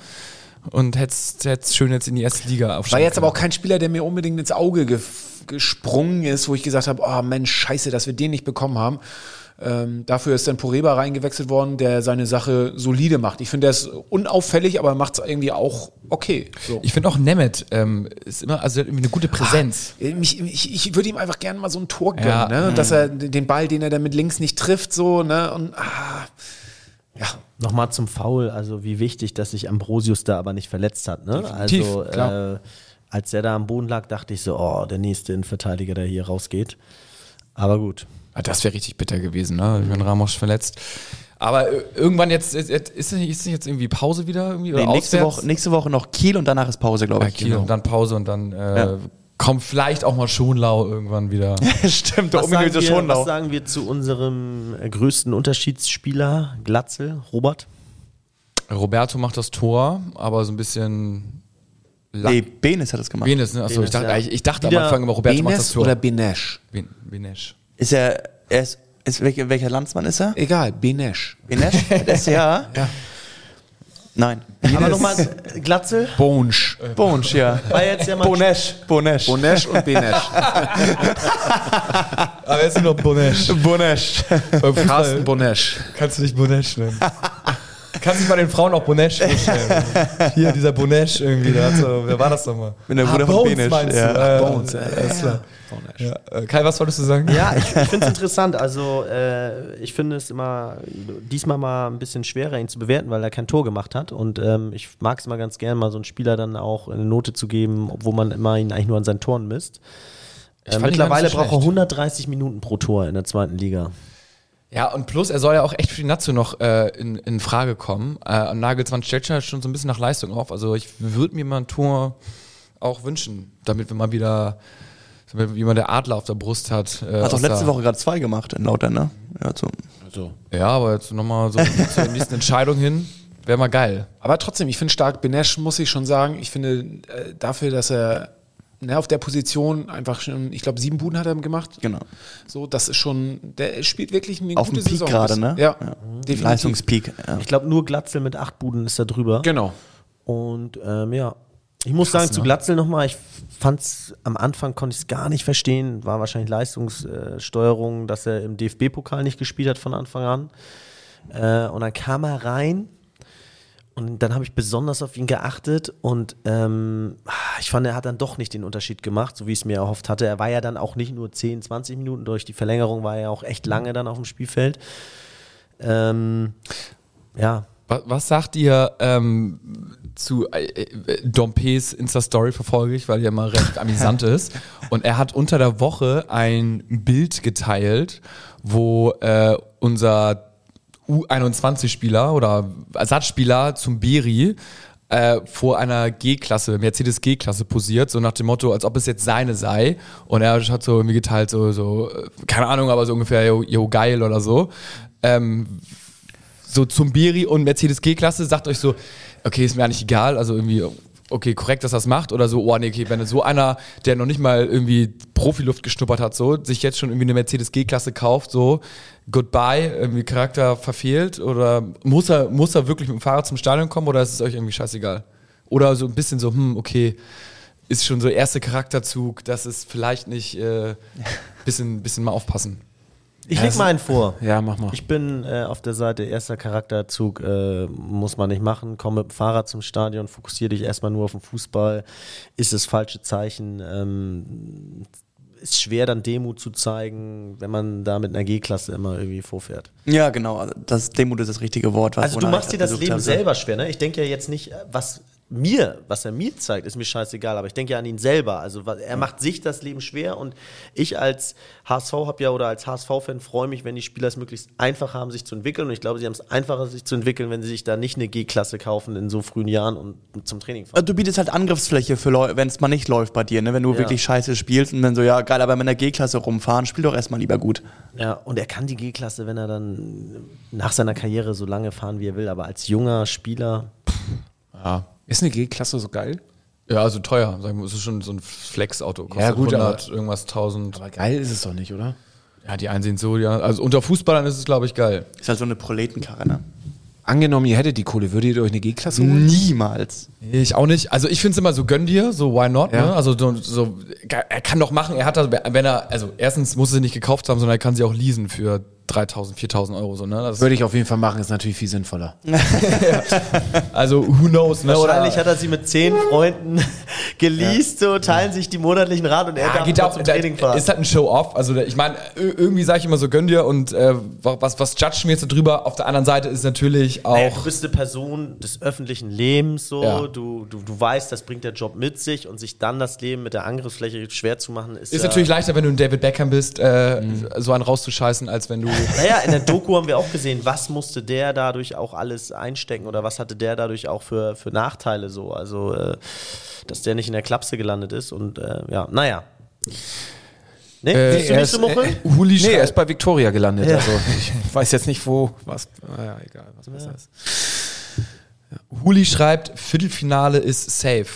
S3: und hättest, hättest schön jetzt in die erste Liga aufsteigen
S1: war jetzt aber auch
S3: können.
S1: kein Spieler, der mir unbedingt ins Auge gef- gesprungen ist, wo ich gesagt habe, oh Mensch, scheiße, dass wir den nicht bekommen haben. Ähm, dafür ist dann Poreba reingewechselt worden, der seine Sache solide macht. Ich finde, der ist unauffällig, aber macht es irgendwie auch okay. So.
S3: Ich finde auch Nemeth ähm, ist immer, also der hat irgendwie eine gute Präsenz.
S1: Äh, Mich, ich, ich würde ihm einfach gerne mal so ein Tor gönnen,
S3: Ja.
S1: ne?
S4: Mhm.
S1: dass er den Ball, den er dann mit links nicht trifft, so, ne? Und ah,
S2: Nochmal zum Foul, also wie wichtig, dass sich Ambrosius da aber nicht verletzt hat. Ne?
S3: Definitiv,
S2: Also
S3: klar.
S2: äh, als er da am Boden lag, dachte ich so, oh, der nächste Innenverteidiger, der hier rausgeht. Aber gut.
S3: Ah, das wäre richtig bitter gewesen, ne? Wenn Ramos verletzt. Aber äh, irgendwann jetzt, jetzt jetzt- ist, nicht- ist nicht jetzt irgendwie Pause wieder irgendwie?
S4: Nee,
S3: oder
S4: nächste,
S3: auswärts?
S4: Woche, nächste Woche noch Kiel und danach ist Pause, glaube
S2: Ah,
S3: Ja,
S4: ich.
S3: Kiel und dann Pause und dann äh,
S4: Ja.
S3: kommt vielleicht auch mal Schonlau irgendwann wieder.
S4: [laughs] Stimmt, der
S2: Was sagen,
S4: Umgang ist
S2: wir,
S4: schon
S2: was
S4: noch.
S2: sagen wir zu unserem äh, größten Unterschiedsspieler, Glatzel, Robert?
S3: Roberto macht das Tor, aber so ein bisschen.
S4: Nee, Benes hat das gemacht.
S3: Benes, ne? Achso, ich
S2: Benes,
S3: dachte,
S2: ja.
S3: ich, ich dachte am
S2: Wieder
S3: Anfang immer, Roberto macht das
S1: Benes
S3: Tor.
S1: oder Benesch?
S3: Ben, Benesch.
S4: Ist er, er ist, ist welcher, welcher Landsmann ist er?
S1: Egal, Benesch.
S2: [laughs]
S4: Benes? Der ist ja. Nein.
S2: Aber nochmal, äh, Glatzel
S1: Bonsch.
S4: Bonsch, ja.
S2: war jetzt ja mal
S4: Bonesch, Bonesch.
S1: Bonesch und [laughs] Benesch.
S3: Aber jetzt nur noch [laughs] Bonesch.
S4: Bonesch.
S1: Carsten Bonesch.
S3: Kannst du dich Bonesch [laughs] nennen? Kannst du dich bei den Frauen auch Bonesch [laughs] vorstellen? Hier, dieser Bonesch irgendwie. Da hat so, wer war das nochmal? Ah,
S4: Bin der Bruder von Benesch,
S3: meinst
S4: ja.
S3: du? Ja,
S1: Bones,
S3: Bones,
S1: ja,
S3: alles klar. Ja. äh, Kai, was wolltest du sagen?
S2: Ja, ich, ich finde es interessant. Also, äh, ich finde es immer diesmal mal ein bisschen schwerer, ihn zu bewerten, weil er kein Tor gemacht hat. Und ähm, ich mag es mal ganz gern, mal so einen Spieler dann auch eine Note zu geben, obwohl man immer ihn eigentlich nur an seinen Toren misst. Äh,
S3: fand ihn
S2: mittlerweile
S3: gar nicht so
S2: braucht er
S3: schlecht.
S2: 130 Minuten pro Tor in der zweiten Liga.
S3: Ja, und plus, er soll ja auch echt für die Nazio noch äh, in, in Frage kommen. Äh, Nagelsmann stellt ja schon so ein bisschen nach Leistung auf. Also ich würde mir mal ein Tor auch wünschen, damit wir mal wieder, damit jemand der Adler auf der Brust hat. äh,
S4: Hast auch
S3: aus
S4: letzte
S3: der-
S4: Woche gerade zwei gemacht in Lautern, ne? Ja, so.
S1: So.
S3: Ja, aber jetzt nochmal so zur
S4: [laughs]
S3: nächsten Entscheidung hin, wäre mal geil.
S1: Aber trotzdem, ich finde stark, Benesch muss ich schon sagen, ich finde äh, dafür, dass er ne, auf der Position einfach schon, ich glaube, sieben Buden hat er gemacht.
S4: Genau.
S1: So, das ist schon, der spielt wirklich eine
S4: Auf
S1: gute
S4: dem Peak
S1: Saison.
S4: gerade, ne?
S1: Ja,
S4: Ja.
S1: definitiv.
S4: Leistungspeak. Ja.
S2: Ich glaube, nur Glatzel mit acht Buden ist da drüber.
S1: Genau.
S2: Und ähm, ja, ich muss sagen, zu Glatzel nochmal, ich fand's am Anfang konnte ich es gar nicht verstehen, war wahrscheinlich Leistungssteuerung, äh, dass er im DFB-Pokal nicht gespielt hat von Anfang an. Äh, und dann kam er rein und dann habe ich besonders auf ihn geachtet und ähm, ich fand, er hat dann doch nicht den Unterschied gemacht, so wie ich es mir erhofft hatte. Er war ja dann auch nicht nur 10, 20 Minuten durch, die Verlängerung war ja auch echt lange dann auf dem Spielfeld. Ähm, ja,
S3: Was, was sagt ihr ähm, zu äh, äh, Dompes Insta-Story verfolge ich, weil die ja mal recht amüsant ist. Und er hat unter der Woche ein Bild geteilt, wo äh, unser U21-Spieler oder Ersatzspieler zum Beri äh, vor einer G-Klasse, Mercedes G-Klasse posiert, so nach dem Motto, als ob es jetzt seine sei. Und er hat so irgendwie geteilt, so, so äh, keine Ahnung, aber so ungefähr, yo, yo geil oder so. Ähm, so Zumbiri und Mercedes G-Klasse, sagt euch so, okay, ist mir eigentlich egal, also irgendwie, okay, korrekt, dass das macht, oder so, oh nee, okay, wenn so einer, der noch nicht mal irgendwie Profiluft geschnuppert hat, so, sich jetzt schon irgendwie eine Mercedes G-Klasse kauft, so, goodbye, irgendwie Charakter verfehlt, oder muss er, muss er wirklich mit dem Fahrrad zum Stadion kommen, oder ist es euch irgendwie scheißegal? Oder so ein bisschen so, hm, okay, ist schon so erster Charakterzug, das ist vielleicht nicht, äh, bisschen, bisschen mal aufpassen.
S2: ich leg mal einen vor.
S1: Ja, mach mal.
S2: Ich bin äh, auf der Seite, erster Charakterzug äh, muss man nicht machen. Komm mit dem Fahrrad zum Stadion, fokussiere dich erstmal nur auf den Fußball. Ist das falsche Zeichen? Ähm, ist schwer, dann Demut zu zeigen, wenn man da mit einer G-Klasse immer irgendwie vorfährt.
S4: ja, genau. Also Das Demut ist das richtige Wort. was
S2: Also du
S4: Ronald
S2: machst
S4: gerade
S2: dir das
S4: versucht
S2: Leben
S4: hat.
S2: selber schwer, ne? Ich denke ja jetzt nicht, äh, was mir, was er mir zeigt, ist mir scheißegal, aber ich denke ja an ihn selber. Also wa- er macht sich das Leben schwer und ich als HSV habe ja oder als HSV-Fan freue mich, wenn die Spieler es möglichst einfach haben, sich zu entwickeln. Und ich glaube, sie haben es einfacher, sich zu entwickeln, wenn sie sich da nicht eine G-Klasse kaufen in so frühen Jahren und zum Training fahren.
S4: Also Du bietest halt Angriffsfläche für Leute, wenn es mal nicht läuft bei dir, ne? Wenn du
S2: Ja.
S4: wirklich scheiße spielst und dann so, ja, geil, aber mit einer G-Klasse rumfahren, spiel doch erstmal lieber gut.
S2: Ja, und er kann die G-Klasse, wenn er dann nach seiner Karriere so lange fahren, wie er will, aber als junger Spieler.
S3: Ja.
S1: Ist eine G-Klasse so geil?
S3: Ja, also teuer. Sagen wir, es ist schon so ein Flex-Auto. Kostet
S1: gut, aber-
S3: irgendwas 1000.
S1: Aber geil ist es doch nicht, oder?
S3: Ja, die einen sehen so, ja. Also unter Fußballern ist es, glaube ich, geil.
S4: Ist halt so eine Proletenkarre, ne?
S1: Angenommen, ihr hättet die Kohle, würdet ihr euch eine G-Klasse holen?
S4: Niemals.
S3: Ich auch nicht. Also ich finde es immer so, gönn dir, so why not,
S1: Ja.
S3: ne? Also so, so, er kann doch machen, er hat das, wenn er, also erstens muss er sie nicht gekauft haben, sondern er kann sie auch leasen für 3000, 4000 Euro, so, ne? Das,
S1: Würde ich auf jeden Fall machen, ist natürlich viel sinnvoller.
S3: also who knows, ne?
S2: Wahrscheinlich hat er sie mit zehn Freunden [laughs] geleast, so teilen sich die monatlichen Rat und er
S3: Ja,
S2: darf
S3: geht
S2: mal
S3: auch,
S2: zum
S3: da,
S2: Training fahren.
S3: ist halt ein Show-Off. Also da- ich meine, ir- irgendwie sage ich immer so, gönn dir und äh, was, was judgen wir jetzt darüber? Auf der anderen Seite ist natürlich auch...
S2: Naja, du bist eine Person des öffentlichen Lebens, so
S3: Ja.
S2: du, du, du weißt, das bringt der Job mit sich und sich dann das Leben mit der Angriffsfläche schwer zu machen, ist,
S3: Ist
S2: ja-
S3: natürlich leichter, wenn du ein David Beckham bist, äh, so einen rauszuscheißen, als wenn du.
S2: Naja, in der Doku haben wir auch gesehen, was musste der dadurch auch alles einstecken oder was hatte der dadurch auch für, für Nachteile so. Also, äh, dass der nicht in der Klapse gelandet ist und äh, ja, naja. Nee, siehst du
S1: er
S2: nicht so,
S1: ist-
S2: Muchel?
S1: äh, Huli nee, er ist bei Victoria gelandet.
S2: Ja.
S1: Also ich weiß jetzt nicht, wo, was. Naja, egal, was besser ist.
S3: Huli schreibt, Viertelfinale ist safe.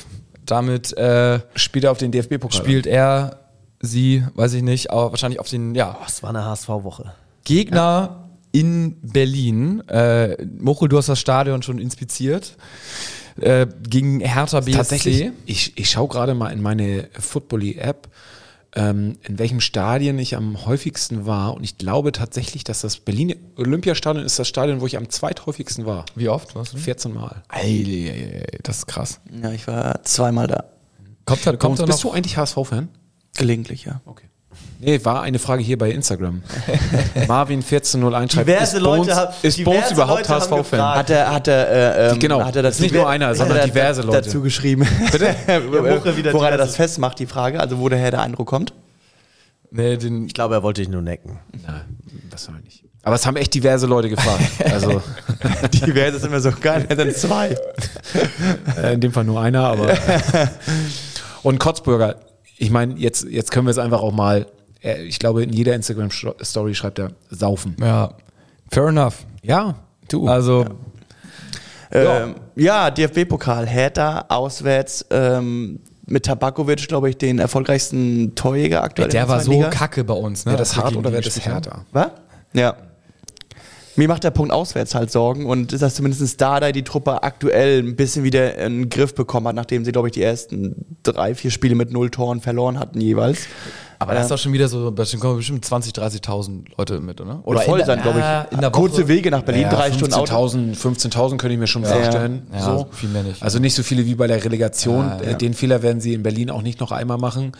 S3: Damit äh,
S1: Spielt er auf den DFB-Pokal.
S3: spielt er sie, weiß ich nicht, aber wahrscheinlich auf den ja,
S2: Das war eine HSV-Woche.
S3: Gegner in Berlin. Äh, Mochel, du hast das Stadion schon inspiziert. Äh, gegen Hertha BSC.
S1: Tatsächlich, ich, ich schaue gerade mal in meine Football-App, ähm, in welchem Stadion ich am häufigsten war. Und ich glaube tatsächlich, dass das Berlin Olympiastadion ist das Stadion, wo ich am zweithäufigsten war.
S3: Wie oft? Was?
S1: 14 Mal.
S3: das ist krass.
S4: Ja, ich war zweimal da.
S3: Kommt da, kommt da
S1: bist du
S3: noch?
S1: eigentlich HSV-Fan?
S4: Gelegentlich, ja.
S1: Okay. Nee, war eine Frage hier bei
S2: [laughs]
S1: Instagram. Marvin1401 schreibt,
S2: Diverse
S1: ist
S2: Leute
S1: Bones,
S2: haben-
S1: ist Bones
S2: diverse
S1: überhaupt
S2: Leute haben
S1: HSV-Fan?
S2: gefragt.
S4: Hat er, hat er, äh, ähm,
S1: Genau.
S4: hat er das
S1: Ist nicht nur einer, sondern
S4: hat er
S1: diverse
S4: da-
S1: Leute.
S4: dazu geschrieben. Bitte? [laughs]
S2: Woche wieder
S4: Woran
S2: diverse.
S4: er das festmacht, die Frage, also wo daher der Eindruck kommt.
S3: Nee, den,
S2: Ich glaube, er wollte dich nur necken.
S1: Nein, das war nicht. Aber es haben echt diverse Leute gefragt.
S3: [laughs]
S1: Also
S4: Diverse [laughs] sind immer so geil, dann zwei.
S3: [laughs]
S1: äh, in dem Fall nur einer, aber. Und Kotzburger, ich meine, jetzt, jetzt können wir es einfach auch mal, äh, ich glaube, in jeder Instagram-Story schreibt er saufen.
S3: Ja, fair enough.
S1: Ja, du.
S3: Also,
S4: Ähm, ja, DFB-Pokal. Hertha auswärts ähm, mit Tabakovic, glaube ich, den erfolgreichsten Torjäger aktuell. in
S3: der war
S4: zweiten
S3: so
S4: Liga.
S3: kacke bei uns. Ne?
S1: wäre das
S3: als wir
S1: hart
S3: gegen
S1: oder
S3: die
S1: wäre das
S3: gespielt haben.
S1: härter?
S4: Was? Ja. Mir macht der Punkt auswärts halt Sorgen und dass zumindest Dardai die Truppe aktuell ein bisschen wieder in den Griff bekommen hat, nachdem sie, glaube ich, die ersten drei, vier Spiele mit null Toren verloren hatten jeweils.
S3: Aber das ist doch schon wieder so, bestimmt kommen bestimmt 20, 30.000 Leute mit, oder?
S4: Oder voll sein, glaube ich.
S3: In der
S4: Kurze
S3: Woche.
S4: Wege nach Berlin,
S1: Ja,
S4: drei Stunden Auto.
S1: 15.000 15.000 könnte ich mir schon vorstellen.
S3: Ja,
S1: so.
S3: viel mehr nicht.
S1: Also nicht so viele wie bei der Relegation.
S3: Ja,
S1: Äh, Den Fehler werden sie in Berlin auch nicht noch einmal machen.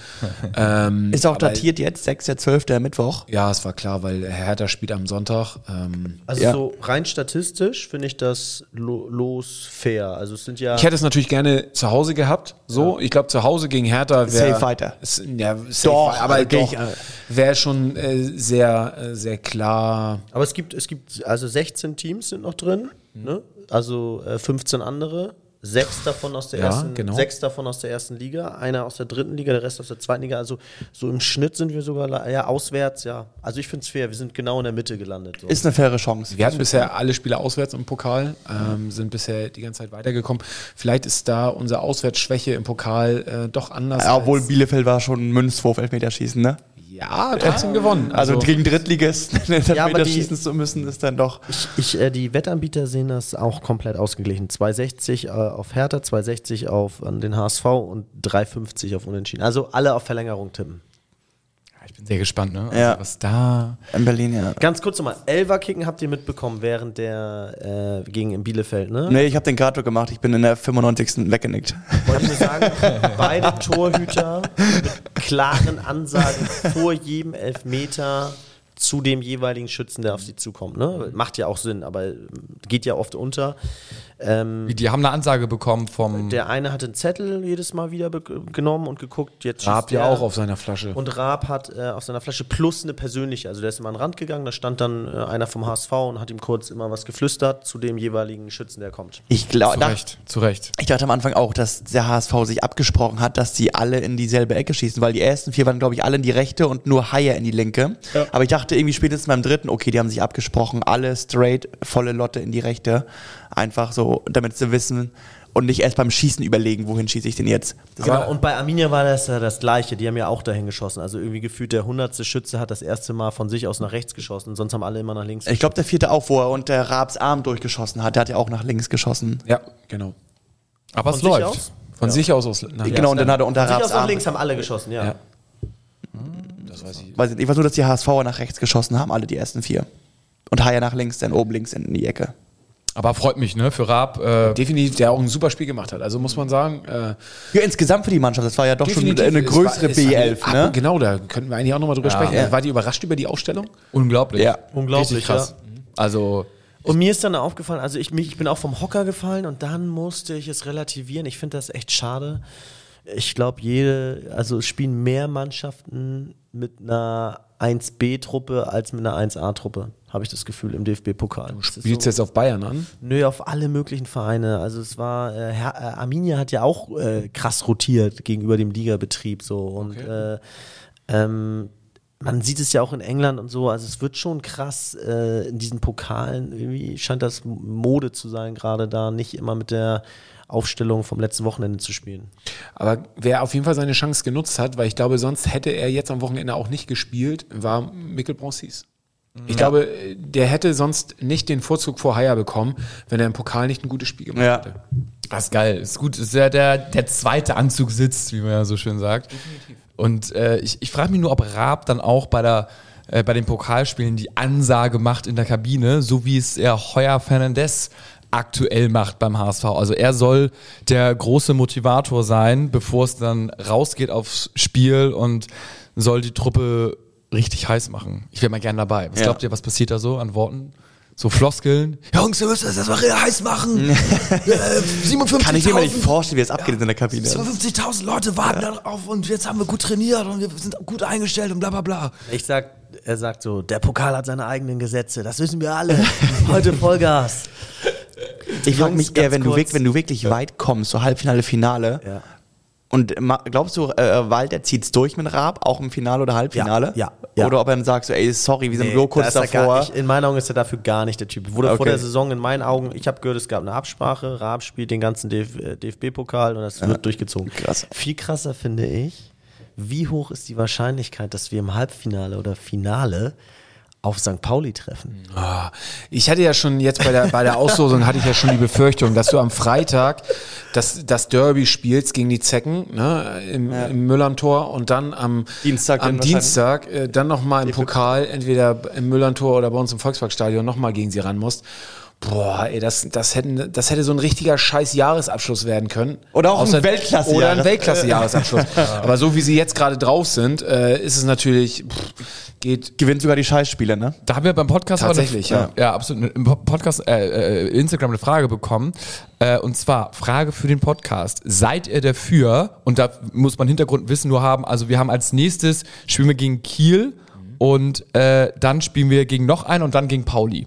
S1: ähm,
S4: Ist auch
S1: aber-
S4: datiert jetzt, 6.12. Mittwoch.
S1: Ja, es war klar, weil Hertha spielt am Sonntag. Ähm,
S2: Also
S4: Ja.
S2: so rein statistisch finde ich das lo los fair. Also es sind ja
S1: ich hätte es natürlich gerne zu Hause gehabt. So, ich glaube, zu Hause gegen Hertha wäre.
S4: Safe weiter.
S1: Ist, ja, safe,
S4: Doch,
S1: doch, aber
S4: also gehe
S1: doch,
S4: ich, äh,
S1: wäre schon äh, sehr, äh, sehr klar.
S2: Aber es gibt, es gibt, also 16 Teams sind noch drin,
S1: Mhm.
S2: ne? also äh, 15 andere. Sechs davon, aus der
S1: Ja,
S2: ersten,
S1: genau.
S2: sechs davon aus der ersten Liga, einer aus der dritten Liga, der Rest aus der zweiten Liga. Also so im Schnitt sind wir sogar la- ja, auswärts, ja. Also ich finde es fair, wir sind genau in der Mitte gelandet. So.
S4: Ist eine faire Chance.
S1: Wir hatten bisher alle Spiele auswärts im Pokal, ähm, sind bisher die ganze Zeit weitergekommen. Vielleicht ist da unsere Auswärtsschwäche im Pokal äh, doch anders.
S4: Ja, obwohl
S1: als-
S4: Bielefeld war schon Münzwurf Elfmeterschießen, ne?
S1: ja, trotzdem gewonnen.
S4: Also, gegen Drittligisten
S2: aber
S4: [laughs]
S2: die-
S4: Elfmeterschießen zu müssen, ist dann doch.
S2: Ich, ich, äh, die Wettanbieter sehen das auch komplett ausgeglichen. 2,60 äh, auf Hertha, 2,60 auf an den HSV und 3,50 auf Unentschieden. Also alle auf Verlängerung tippen.
S3: Ich bin sehr gespannt, ne? Also,
S4: Ja.
S3: Was da.
S4: In Berlin, ja.
S2: Ganz kurz nochmal, Elverkicken habt ihr mitbekommen während der äh, gegen in Bielefeld, ne?
S4: Nee, ich habe den Kato gemacht. Ich bin in der 95. weggenickt.
S2: Wollte ich nur sagen, [laughs] beide Torhüter mit klaren Ansagen vor jedem Elfmeter zu dem jeweiligen Schützen, der auf sie zukommt. Ne? Macht ja auch Sinn, aber äh, geht ja oft unter.
S3: Wie, Die haben eine Ansage bekommen vom.
S2: Der eine hat einen Zettel jedes Mal wieder be- genommen und geguckt, jetzt schießt
S1: Raab ja
S2: der.
S1: auch auf seiner Flasche.
S2: Und Raab hat äh, auf seiner Flasche plus eine persönliche, also der ist immer an den Rand gegangen, da stand dann äh, einer vom HSV und hat ihm kurz immer was geflüstert zu dem jeweiligen Schützen, der kommt.
S4: Ich glaube,
S3: zu Recht, zu Recht.
S4: ich dachte am Anfang auch, dass der HSV sich abgesprochen hat, dass die alle in dieselbe Ecke schießen, weil die ersten vier waren, glaube ich, alle in die rechte und nur Haier in die linke. Aber ich dachte irgendwie spätestens beim dritten, okay, die haben sich abgesprochen, alle straight, volle Lotte in die rechte. Einfach so, damit sie wissen und nicht erst beim Schießen überlegen, wohin schieße ich denn jetzt. Das
S2: Genau, und bei Arminia war das ja das Gleiche. Die haben ja auch dahin geschossen. Also irgendwie gefühlt der hundertste Schütze hat das erste Mal von sich aus nach rechts geschossen. Sonst haben alle immer nach links.
S4: ich glaube, der vierte auch, wo er unter Raabs Arm durchgeschossen hat, der hat ja auch nach links geschossen.
S1: ja, genau.
S3: Aber es
S2: Von sich
S3: läuft.
S2: aus?
S1: Von sich aus aus. na,
S4: genau, und dann hat er unter
S2: Von sich
S4: Raabs
S2: aus nach
S4: Arm.
S2: links haben alle geschossen, ja.
S1: Ja.
S2: Das weiß ich.
S4: Weiß ich, nicht, ich weiß nur, dass die HSVer nach rechts geschossen haben, alle die ersten vier. Und Haier nach links, dann oben links in die Ecke.
S3: Aber freut mich, ne? Für Raab. Äh,
S1: Definitiv, der auch ein super Spiel gemacht hat. Also muss man sagen, äh,
S4: Ja, insgesamt für die Mannschaft. Das war ja doch
S1: definitiv,
S4: schon eine
S1: es
S4: größere
S1: war- es
S4: B11,
S1: war-
S4: ne?
S1: ab- Genau, da könnten wir eigentlich auch nochmal drüber sprechen.
S4: Ja.
S1: War die überrascht über die Ausstellung?
S3: unglaublich.
S4: Ja.
S2: Unglaublich,
S3: Richtig krass. Also,
S2: Und mir ist dann aufgefallen, also ich, mich, ich bin auch vom Hocker gefallen und dann musste ich es relativieren. Ich finde das echt schade. Ich glaube, jede, also es spielen mehr Mannschaften mit einer 1B-Truppe als mit einer 1A-Truppe, habe ich das Gefühl, im DFB-Pokal. Das ist
S1: Spielst
S2: so-
S1: jetzt auf Bayern an?
S2: Nö, auf alle möglichen Vereine. Also es war, äh, Her äh, Arminia hat ja auch äh, krass rotiert gegenüber dem Ligabetrieb so und äh, ähm, man sieht es ja auch in England und so. Also es wird schon krass äh, in diesen Pokalen. Irgendwie scheint das Mode zu sein, gerade da nicht immer mit der Aufstellung vom letzten Wochenende zu spielen.
S1: Aber wer auf jeden Fall seine Chance genutzt hat, weil ich glaube, sonst hätte er jetzt am Wochenende auch nicht gespielt, war Mikkel Bronsis. Ich glaube, der hätte sonst nicht den Vorzug vor Haier bekommen, wenn er im Pokal nicht ein gutes Spiel gemacht
S4: Ja.
S1: hätte.
S3: das ist geil. Ist gut, ist ja der, der zweite Anzug sitzt, wie man ja so schön sagt. Und äh, ich, ich frage mich nur, ob Raab dann auch bei der äh, bei den Pokalspielen die Ansage macht in der Kabine, so wie es er Heuer Fernandes aktuell macht beim HSV. Also er soll der große Motivator sein, bevor es dann rausgeht aufs Spiel und soll die Truppe richtig heiß machen. Ich wäre mal gern dabei. Was
S4: Ja.
S3: glaubt ihr, was passiert da so an Worten? So Floskeln. Jungs, wir müssen das erstmal
S4: [laughs]
S3: heiß machen. äh,
S4: Kann ich mir mal nicht
S3: 57.000
S4: vorstellen, wie es abgeht in der Kabine.
S3: 52.000 Leute warten darauf und jetzt haben wir gut trainiert und wir sind gut eingestellt und bla bla bla.
S2: Ich sag, er sagt so, der Pokal hat seine eigenen Gesetze, das wissen wir [laughs] alle. Heute Vollgas.
S4: Ich frage
S2: Jungs,
S4: mich eher,
S2: ganz
S4: wenn du,
S2: kurz.
S4: wirk- wenn du wirklich weit kommst, so Halbfinale, Finale,
S2: Ja.
S4: Und ma- glaubst du, äh, Walter zieht's durch mit Raab, auch im Finale oder Halbfinale?
S2: Ja, ja, ja.
S4: Oder ob er ihm sagt, so, ey, sorry, wir sind nur kurz
S2: da ist er Gar
S4: davor.
S2: nicht, in meinen Augen ist er dafür gar nicht der Typ. Wurde vor
S4: Okay.
S2: der Saison in meinen Augen, ich habe gehört, es gab eine Absprache, Raab spielt den ganzen DF äh, DFB-Pokal und das wird durchgezogen.
S4: Krass.
S2: Viel krasser finde ich, wie hoch ist die Wahrscheinlichkeit, dass wir im Halbfinale oder Finale auf St. Pauli treffen?
S1: Ah, Ich hatte ja schon jetzt bei der, bei der Auslosung hatte ich ja schon die Befürchtung, dass du am Freitag das, das Derby spielst gegen die Zecken ne, im, im Müllerntor und dann am
S4: Dienstag
S1: am
S4: dann wahrscheinlich.
S1: Dienstag äh, dann nochmal im Pokal, entweder im Müllerntor oder bei uns im Volksparkstadion nochmal gegen sie ran musst. Boah, ey, das, das, hätten, das hätte so ein richtiger scheiß Jahresabschluss werden können.
S4: Oder auch ein
S1: Außer-
S4: Weltklasse-Jahres-
S1: Oder ein Weltklasse-Jahresabschluss. [laughs] Aber so wie sie jetzt gerade drauf sind, äh, ist es natürlich, pff, geht
S4: Gewinnt sogar die Scheißspiele, ne?
S3: Da haben wir beim Podcast auch
S1: Tatsächlich,
S3: eine, ja. ja, absolut. Im Po- Podcast, äh, äh, Instagram eine Frage bekommen. Äh, und zwar, Frage für den Podcast. Seid ihr dafür, und da muss man Hintergrundwissen nur haben, also wir haben als nächstes, spielen wir gegen Kiel und äh, dann spielen wir gegen noch einen und dann gegen Pauli.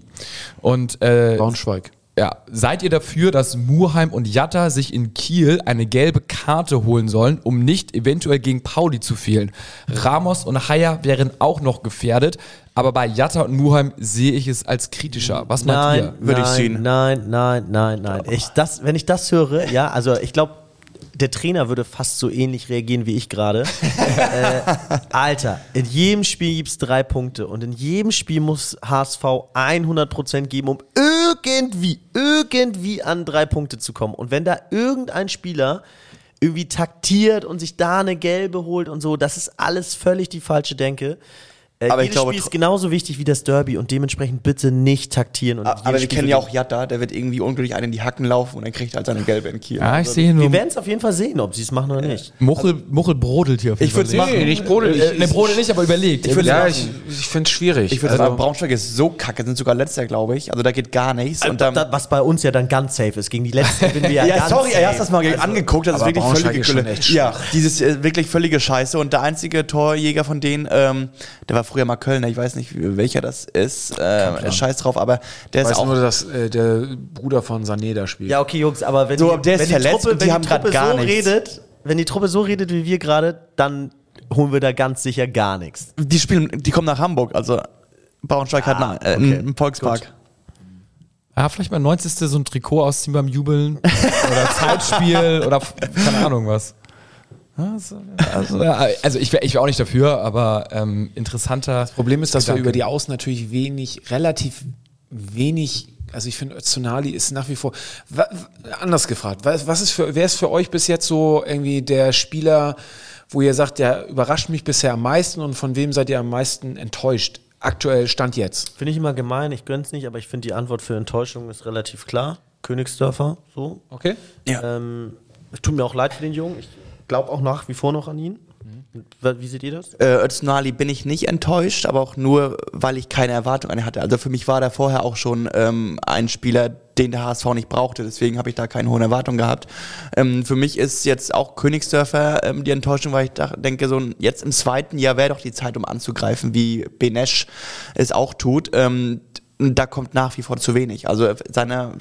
S3: Und äh,
S1: Braunschweig.
S3: ja, seid ihr dafür, dass Murheim und Jatta sich in Kiel eine gelbe Karte holen sollen, um nicht eventuell gegen Pauli zu fehlen? Ramos und Haier wären auch noch gefährdet, aber bei Jatta und Murheim sehe ich es als kritischer. Was meint ihr?
S2: Nein,
S4: Würde ich
S2: nein,
S4: sehen.
S2: Nein, nein, nein, nein. Ich, das, wenn ich das höre, ja, also ich glaube, der Trainer würde fast so ähnlich reagieren wie ich
S4: [laughs]
S2: gerade. äh, Alter, in jedem Spiel gibt es drei Punkte und in jedem Spiel muss HSV 100% geben, um irgendwie, irgendwie an drei Punkte zu kommen. Und wenn da irgendein Spieler irgendwie taktiert und sich da eine gelbe holt und so, das ist alles völlig die falsche Denke. Äh,
S4: Aber ich
S2: jedes
S4: glaube,
S2: Spiel ist
S4: tro-
S2: genauso wichtig wie das Derby und dementsprechend bitte nicht taktieren. Und
S4: Ah, Aber wir
S2: jedes Spiel
S4: kennen ja
S2: gewinnen.
S4: auch Jatta, der wird irgendwie unglücklich einen in die Hacken laufen und dann kriegt er halt seine gelbe in Kiel.
S3: Ja, ich
S4: Also,
S3: sehe
S2: Wir
S3: nur.
S2: werden es auf jeden Fall sehen, ob sie es machen oder nicht.
S3: Muchel, Muchel brodelt hier. auf jeden
S4: Ich würd's
S3: Fall.
S4: machen.
S1: Nee, ich brodel, ich-
S3: Äh, ne, brodelt nicht, aber überlegt.
S4: Ich würd's
S1: ja,
S4: machen.
S1: ich, ich finde es schwierig. Also,
S4: Ich würde sagen, Also Braunschweig ist so kacke, sind sogar letzter, glaube ich. Also da geht gar nichts. Und dann,
S2: Da- was bei uns ja dann ganz safe ist. Gegen die letzten
S4: [laughs]
S2: bin wir ja, ganz safe. Also
S4: er hat das mal angeguckt, das also ist
S1: aber
S4: wirklich
S1: Braunschweig
S4: völlige
S1: ist schon
S4: Gülle.
S1: echt
S4: Ja, dieses äh, wirklich völlige Scheiße. Und der einzige Torjäger von denen, ähm, der war früher mal Kölner, ich weiß nicht, welcher das ist. Äh, scheiß drauf, aber der
S1: ich
S4: ist
S1: weiß
S4: auch.
S1: nur, dass äh, der Bruder von Sané da spielt.
S2: Ja, okay, Jungs, aber wenn
S4: So,
S2: die,
S4: der ist
S2: wenn
S4: verletzt und die haben grad gar
S2: so
S4: nichts.
S2: redet, wenn die Truppe so redet wie wir gerade, dann holen wir da ganz sicher gar nichts.
S4: die spielen, die kommen nach Hamburg, also Braunschweig hat einen, äh,
S2: okay.
S4: einen Volkspark.
S3: Ja, Ah, vielleicht mal 90. so ein Trikot ausziehen beim Jubeln. oder Zeitspiel oder f- keine Ahnung was. Ah, Ja, so- ja, Also ich wäre ich wär auch nicht dafür, aber ähm, interessanter.
S1: Das Problem ist, dass
S3: Gedanke.
S1: wir über die Außen natürlich wenig, relativ wenig, also ich finde Öztunali ist nach wie vor, wa, wa- anders gefragt, was, was ist für, wer ist für euch bis jetzt so irgendwie der Spieler, wo ihr sagt, der überrascht mich bisher am meisten und von wem seid ihr am meisten enttäuscht? Aktuell Stand jetzt.
S2: Finde ich immer gemein, ich gönn's nicht, aber ich finde die Antwort für Enttäuschung ist relativ klar. Königsdörfer, so.
S1: Okay.
S4: Ja.
S2: Ähm, tut mir auch leid für den Jungen. Ich glaube auch nach wie vor noch an ihn. Wie seht ihr das?
S4: äh, Öztunali bin ich nicht enttäuscht, aber auch nur, weil ich keine Erwartung an ihn hatte. Also für mich war da vorher auch schon ähm, ein Spieler, den der HSV nicht brauchte. Deswegen habe ich da keine hohen Erwartungen gehabt. Ähm, für mich ist jetzt auch Königsdörfer ähm, die Enttäuschung, weil ich dach- denke, so ein- jetzt im zweiten Jahr wäre doch die Zeit, um anzugreifen, wie Benesch es auch tut. Ähm, und da kommt nach wie vor zu wenig. Also seine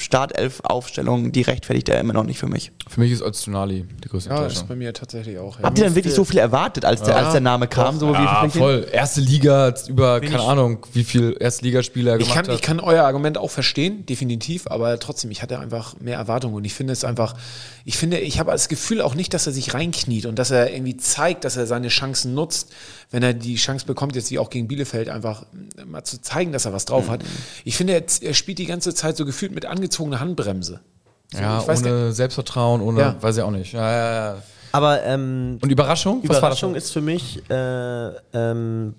S4: Startelf-Aufstellung, die rechtfertigt er immer noch nicht für mich.
S3: Für mich ist Öztunali die größte
S1: Ja,
S3: Enttäuschung.
S1: ist bei mir tatsächlich auch.
S4: Habt ihr denn wirklich so viel erwartet, als der, als der Name kam? So wie
S3: Ja, voll. Erste Liga über, keine Ahnung, wie viel Erstligaspieler er
S1: Ich
S3: gemacht
S1: kann,
S3: hat.
S1: ich kann euer Argument auch verstehen, definitiv, aber trotzdem, ich hatte einfach mehr Erwartungen und ich finde es einfach, ich finde, ich habe das Gefühl auch nicht, dass er sich reinkniet und dass er irgendwie zeigt, dass er seine Chancen nutzt, wenn er die Chance bekommt, jetzt wie auch gegen Bielefeld, einfach äh, mal zu zeigen, dass er was drauf
S3: Mhm.
S1: hat. Ich finde, er, z- er spielt die ganze Zeit so gefühlt mit angezogener Handbremse. So,
S3: ja,
S1: ich weiß gar-
S3: ohne Selbstvertrauen, ohne,
S1: Ja.
S3: weiß ich auch nicht. Ja, ja, ja.
S2: Aber ähm,
S3: Und Überraschung?
S2: Überraschung ist für mich, äh, ähm,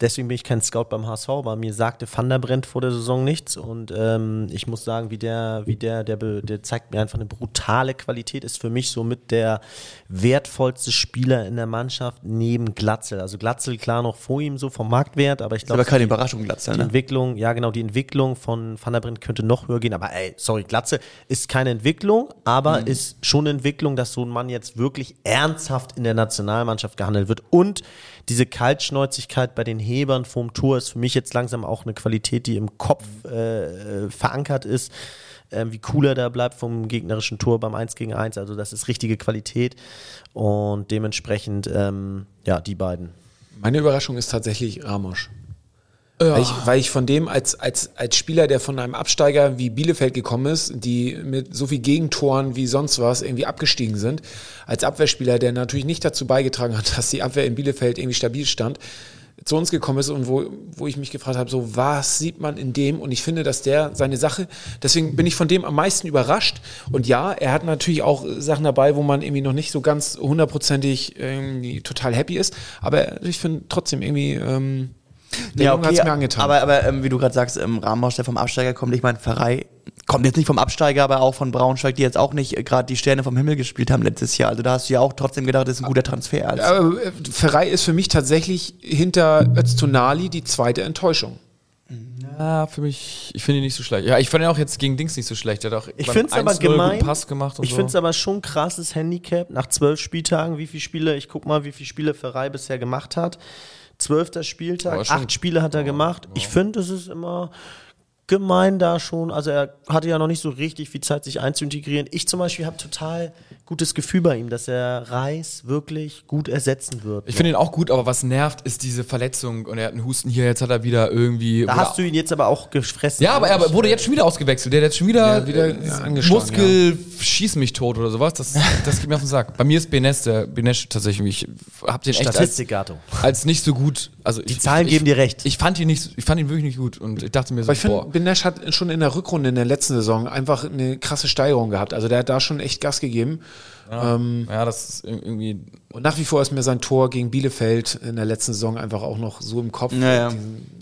S2: deswegen bin ich kein Scout beim HSV, aber mir sagte Van der Brent vor der Saison nichts und ähm, ich muss sagen, wie der, wie der, der, be- der zeigt mir einfach eine brutale Qualität, ist für mich somit der wertvollste Spieler in der Mannschaft neben Glatzel. Also Glatzel klar noch vor ihm so vom Marktwert, aber ich
S4: Ist aber
S2: glaube,
S4: keine Überraschung, Glatzel,
S2: die
S4: ne?
S2: Entwicklung, ja genau, die Entwicklung von Van der Brink könnte noch höher gehen, aber ey, sorry, Glatze ist keine Entwicklung, aber ist schon eine Entwicklung, dass so ein Mann jetzt wirklich ernsthaft in der Nationalmannschaft gehandelt wird. Und diese Kaltschnäuzigkeit bei den Hebern vorm Tor ist für mich jetzt langsam auch eine Qualität, die im Kopf äh, verankert ist. ähm, wie cool er da bleibt vom gegnerischen Tor beim 1 gegen 1. Also das ist richtige Qualität und dementsprechend ähm, ja, die beiden.
S1: Meine Überraschung ist tatsächlich Ramos. Weil, ich, weil ich von dem als, als, als Spieler, der von einem Absteiger wie Bielefeld gekommen ist, die mit so viel Gegentoren wie sonst was irgendwie abgestiegen sind, als Abwehrspieler, der natürlich nicht dazu beigetragen hat, [laughs] dass die Abwehr in Bielefeld irgendwie stabil stand, zu uns gekommen ist und wo, wo ich mich gefragt habe, so was sieht man in dem? Und ich finde, dass der seine Sache, deswegen bin ich von dem am meisten überrascht. Und ja, er hat natürlich auch Sachen dabei, wo man irgendwie noch nicht so ganz hundertprozentig irgendwie total happy ist. Aber ich finde trotzdem irgendwie, ähm, der Junge hat's mir angetan.
S4: Aber, aber ähm, wie du gerade sagst, ähm, Ramos, der vom Absteiger kommt, ich meine, Ferrei kommt jetzt nicht vom Absteiger, aber auch von Braunschweig, die jetzt auch nicht äh, gerade die Sterne vom Himmel gespielt haben letztes Jahr. Also da hast du ja auch trotzdem gedacht, das ist ein guter Transfer. Also.
S1: Aber äh, Ferrei ist für mich tatsächlich hinter Öztunali die zweite Enttäuschung.
S3: Ja, für mich, ich finde ihn nicht so schlecht. Ja, ich fand ihn auch jetzt gegen Dings nicht so schlecht. Er hat auch
S2: Ich
S3: beim
S2: finde es aber
S3: 1-0 guten
S2: gemein.
S3: Pass gemacht und
S2: ich
S3: so.
S2: finde es aber schon krasses Handicap nach zwölf Spieltagen. Wie viele Spiele? Ich guck mal, wie viele Spiele Ferrei bisher gemacht hat. Zwölfter
S3: Aber
S2: Spieltag,
S3: schon-
S2: acht Spiele hat er gemacht. Ich finde, es ist immer gemein da schon. Also er hatte ja noch nicht so richtig viel Zeit, sich einzuintegrieren. Ich zum Beispiel habe total gutes Gefühl bei ihm, dass er Reis wirklich gut ersetzen wird.
S3: Ich finde ihn auch gut, aber was nervt, ist diese Verletzung. Und er hat einen Husten hier, jetzt hat er wieder irgendwie.
S2: da
S3: oder-
S2: hast du ihn jetzt aber auch gefressen.
S3: ja, aber er wurde jetzt schon wieder ausgewechselt. Der hat jetzt schon wieder,
S1: Ja, wieder,
S3: äh,
S1: ja, angeschlagen,
S3: Muskel schieß mich tot oder sowas. Das, das geht mir auf den Sack. Bei mir ist Benes, der Benes tatsächlich. Ich hab den echt als,
S2: Statistik, Gato.
S3: als nicht so gut. Also
S2: Die Zahlen geben dir recht.
S3: Ich fand ihn nicht, ich fand ihn wirklich nicht gut und ich dachte mir so,
S1: Aber ich finde,
S3: boah.
S1: Benesch hat schon in der Rückrunde in der letzten Saison einfach eine krasse Steigerung gehabt. Also der hat da schon echt Gas gegeben.
S3: Ja, das ist ir- irgendwie.
S1: Und nach wie vor ist mir sein Tor gegen Bielefeld in der letzten Saison einfach auch noch so im Kopf.
S4: Ja, ja.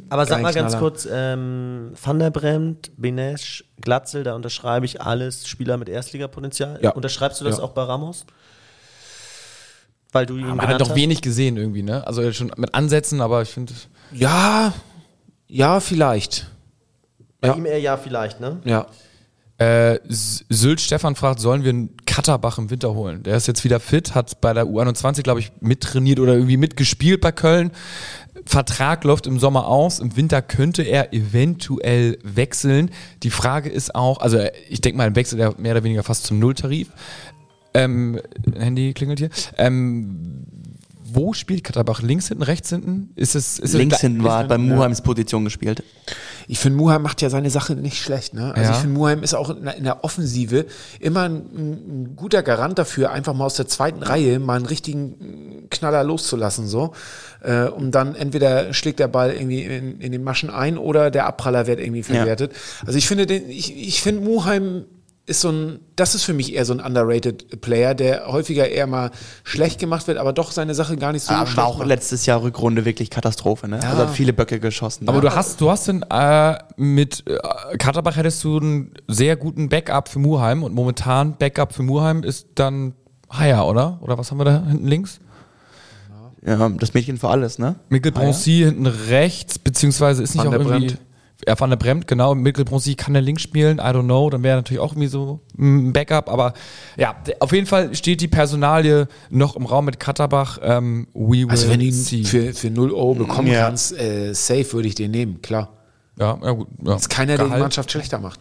S2: Aber sag
S1: Kein
S2: mal ganz
S1: Knaller.
S2: kurz, ähm, Van der Bremt, Benesch, Glatzel, da unterschreibe ich alles, Spieler mit Erstligapotenzial.
S1: Ja.
S2: Unterschreibst du das
S1: Ja.
S2: auch bei Ramos? Weil du ihn
S3: Man hat
S2: genannt
S3: doch
S2: hast?
S3: wenig gesehen irgendwie, ne? Also schon mit Ansätzen, aber ich finde.
S1: Ja, ja, vielleicht.
S2: Bei
S1: ja.
S2: ihm eher ja vielleicht, ne?
S1: Ja.
S3: Äh, S- Sylt Stefan fragt, sollen wir einen Katterbach im Winter holen? Der ist jetzt wieder fit, hat bei der U21, glaube ich, mittrainiert oder irgendwie mitgespielt bei Köln. Vertrag läuft im Sommer aus, im Winter könnte er eventuell wechseln. Die Frage ist auch, also äh, ich denke mal, wechselt er mehr oder weniger fast zum Nulltarif. Ähm, Handy klingelt hier. Ähm, wo spielt Katterbach? Links hinten, rechts hinten? Ist es, ist
S4: Links
S3: es
S4: hinten war hat bei Muheims Position gespielt.
S1: Ich finde, Muheim macht ja seine Sache nicht schlecht. Ne? Also
S3: Ja.
S1: ich finde, Muheim ist auch in der- in der Offensive immer ein, ein, ein guter Garant dafür, einfach mal aus der zweiten Reihe mal einen richtigen Knaller loszulassen. so. Äh, und dann entweder schlägt der Ball irgendwie in, in den Maschen ein oder der Abpraller wird irgendwie verwertet. Also ich finde, den, ich, ich finde Muheim ist so ein, das ist für mich eher so ein underrated Player, der häufiger eher mal schlecht gemacht wird, aber doch seine Sache gar nicht so
S4: Aber
S1: schlecht
S4: war auch
S1: macht.
S4: letztes Jahr Rückrunde wirklich Katastrophe, ne? Also hat viele Böcke geschossen. ne?
S3: Aber
S4: ja.
S3: du hast, du hast den, äh, mit äh, Katterbach hättest du einen sehr guten Backup für Muheim und momentan Backup für Muheim ist dann Haier, oder? Oder was haben wir da hinten links?
S4: ja, das Mädchen für alles, ne?
S3: Mikkel Bronzy hinten rechts, beziehungsweise ist nicht
S1: Van
S3: auch
S1: der
S3: irgendwie.
S1: Bremt.
S3: Ja, Van der Bremt, genau. Mikkel Bronzy kann der links spielen, I don't know. Dann wäre natürlich auch irgendwie so ein Backup. Aber ja, d- auf jeden Fall steht die Personalie noch im Raum mit Katterbach. Ähm, we will
S1: Also wenn du ihn
S3: see.
S1: für, für 0 Euro bekommen
S4: Ja.
S1: kannst, äh, safe würde ich den nehmen, klar.
S3: ja, ja, gut, ja.
S1: Ist keiner, der die
S3: Gehalt.
S1: Mannschaft schlechter macht.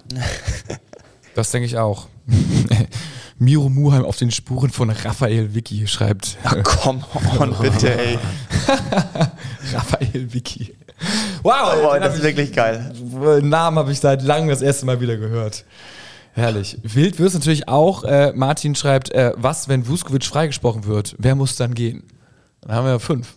S3: Das denke ich auch. [laughs] Miro Muheim auf den Spuren von Raphael Wicki [laughs] schreibt.
S4: Come [laughs] on, bitte, ey.
S3: Raphael Wicki. Wow,
S4: Boah,
S3: den
S4: das
S3: hab
S4: ist wirklich geil.
S3: ich, den Namen habe ich seit langem das erste Mal wieder gehört. Herrlich. Wild wirst natürlich auch. Äh, Martin schreibt, äh, was, wenn Vuskovic freigesprochen wird? Wer muss dann gehen? Dann haben wir fünf.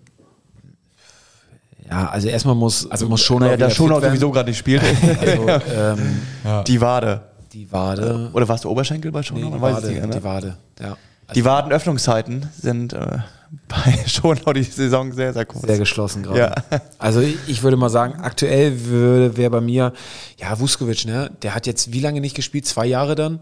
S1: Ja, also erstmal muss, also muss schon
S4: Naja, da schon auch sowieso gerade nicht spielt.
S1: Also,
S4: [laughs]
S1: ähm,
S4: die Wade.
S1: die Wade.
S4: Oder warst du Oberschenkel bei Schonau?
S1: die
S4: Man weiß es
S1: Wade,
S4: nicht, ne?
S1: die Wade. Ja. Also
S4: Die Wadenöffnungszeiten sind äh, [laughs] bei Schonau die Saison sehr, sehr kurz.
S1: Sehr geschlossen gerade.
S4: Ja.
S1: Also ich, ich würde mal sagen, aktuell würde wäre bei mir, ja, Vuskovic, ne? Der hat jetzt wie lange nicht gespielt? Zwei Jahre dann?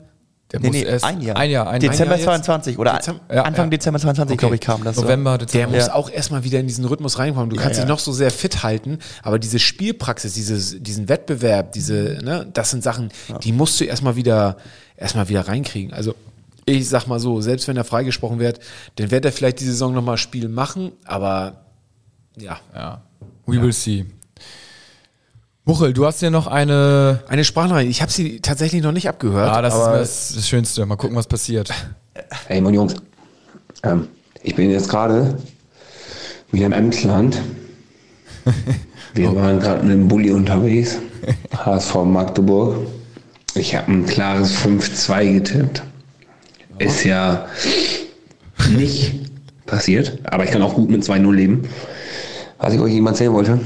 S3: Der
S4: nee, nee, ein Jahr.
S3: Ein Jahr, ein
S4: Dezember
S1: Jahr jetzt?
S4: 22 oder
S1: Dezember-
S4: an- Anfang
S3: ja.
S4: Dezember 22, glaube ich, kam das. so.
S3: November,
S1: Der
S3: Dezember.
S1: muss
S4: Ja.
S1: auch erstmal wieder in diesen Rhythmus reinkommen. Du kannst dich noch so sehr fit halten, aber diese Spielpraxis, dieses, diesen Wettbewerb, diese, ne, das sind Sachen, die musst du erstmal wieder, erstmal wieder reinkriegen. Also, ich sag mal so, selbst wenn er freigesprochen wird, dann wird er vielleicht die Saison nochmal Spiel machen, aber ja.
S3: Ja. We will see. Muchel, du hast ja noch eine.
S1: Eine Sprachnachricht. Ich habe sie tatsächlich noch nicht abgehört.
S3: Ah, das ist mir
S1: aber
S3: das, das Schönste. Mal gucken, was passiert.
S8: Hey, meine Jungs. Ähm, ich bin jetzt gerade wieder im Emsland. Wir waren gerade mit dem Bulli unterwegs. HSV Magdeburg. Ich habe ein klares 5-2 getippt. Ist ja nicht passiert, aber ich kann auch gut mit 2-0 leben. Was ich euch eben erzählen wollte,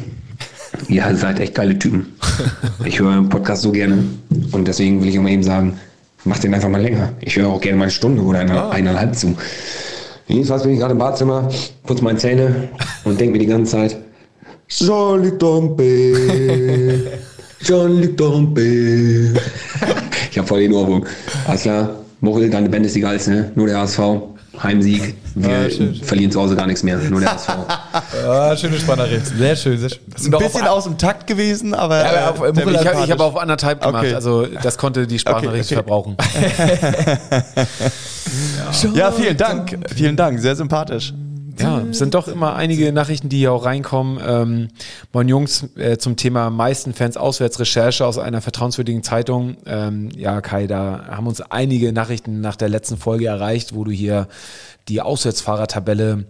S8: ihr seid echt geile Typen. Ich höre euren Podcast so gerne und deswegen will ich immer eben sagen, macht den einfach mal länger. Ich höre auch gerne mal eine Stunde oder eine, eineinhalb zu. Jedenfalls bin ich gerade im Badezimmer, putze meine Zähne und denke mir die ganze Zeit, Jean-Luc Dompe, Jean-Luc Dompe. Ich habe voll den Ohrwurm. Alles klar, Mochel, deine Band ist die geilste, ne? nur der HSV. Heimsieg, wir verlieren zu Hause gar nichts mehr, nur der HSV.
S3: Ah, schöne Sprachnachricht. Sehr schön, sehr schön.
S4: Ein bisschen aus dem Takt gewesen, aber.
S1: Ja, aber auf,
S4: äh,
S1: ich
S4: der
S1: habe
S4: sympathisch.
S1: hab auf anderthalb gemacht,
S4: Okay.
S1: also das konnte die Sprachnachricht
S4: [laughs] Okay,
S1: verbrauchen.
S4: okay. ja, vielen Dank. Vielen Dank. Sehr sympathisch.
S1: Ja, es sind doch immer einige Nachrichten, die hier auch reinkommen. Ähm, moin Jungs, äh, zum Thema meisten Fans Auswärtsrecherche aus einer vertrauenswürdigen Zeitung. Ähm, ja, Kai, da haben uns einige Nachrichten nach der letzten Folge erreicht, wo du hier die Auswärtsfahrertabelle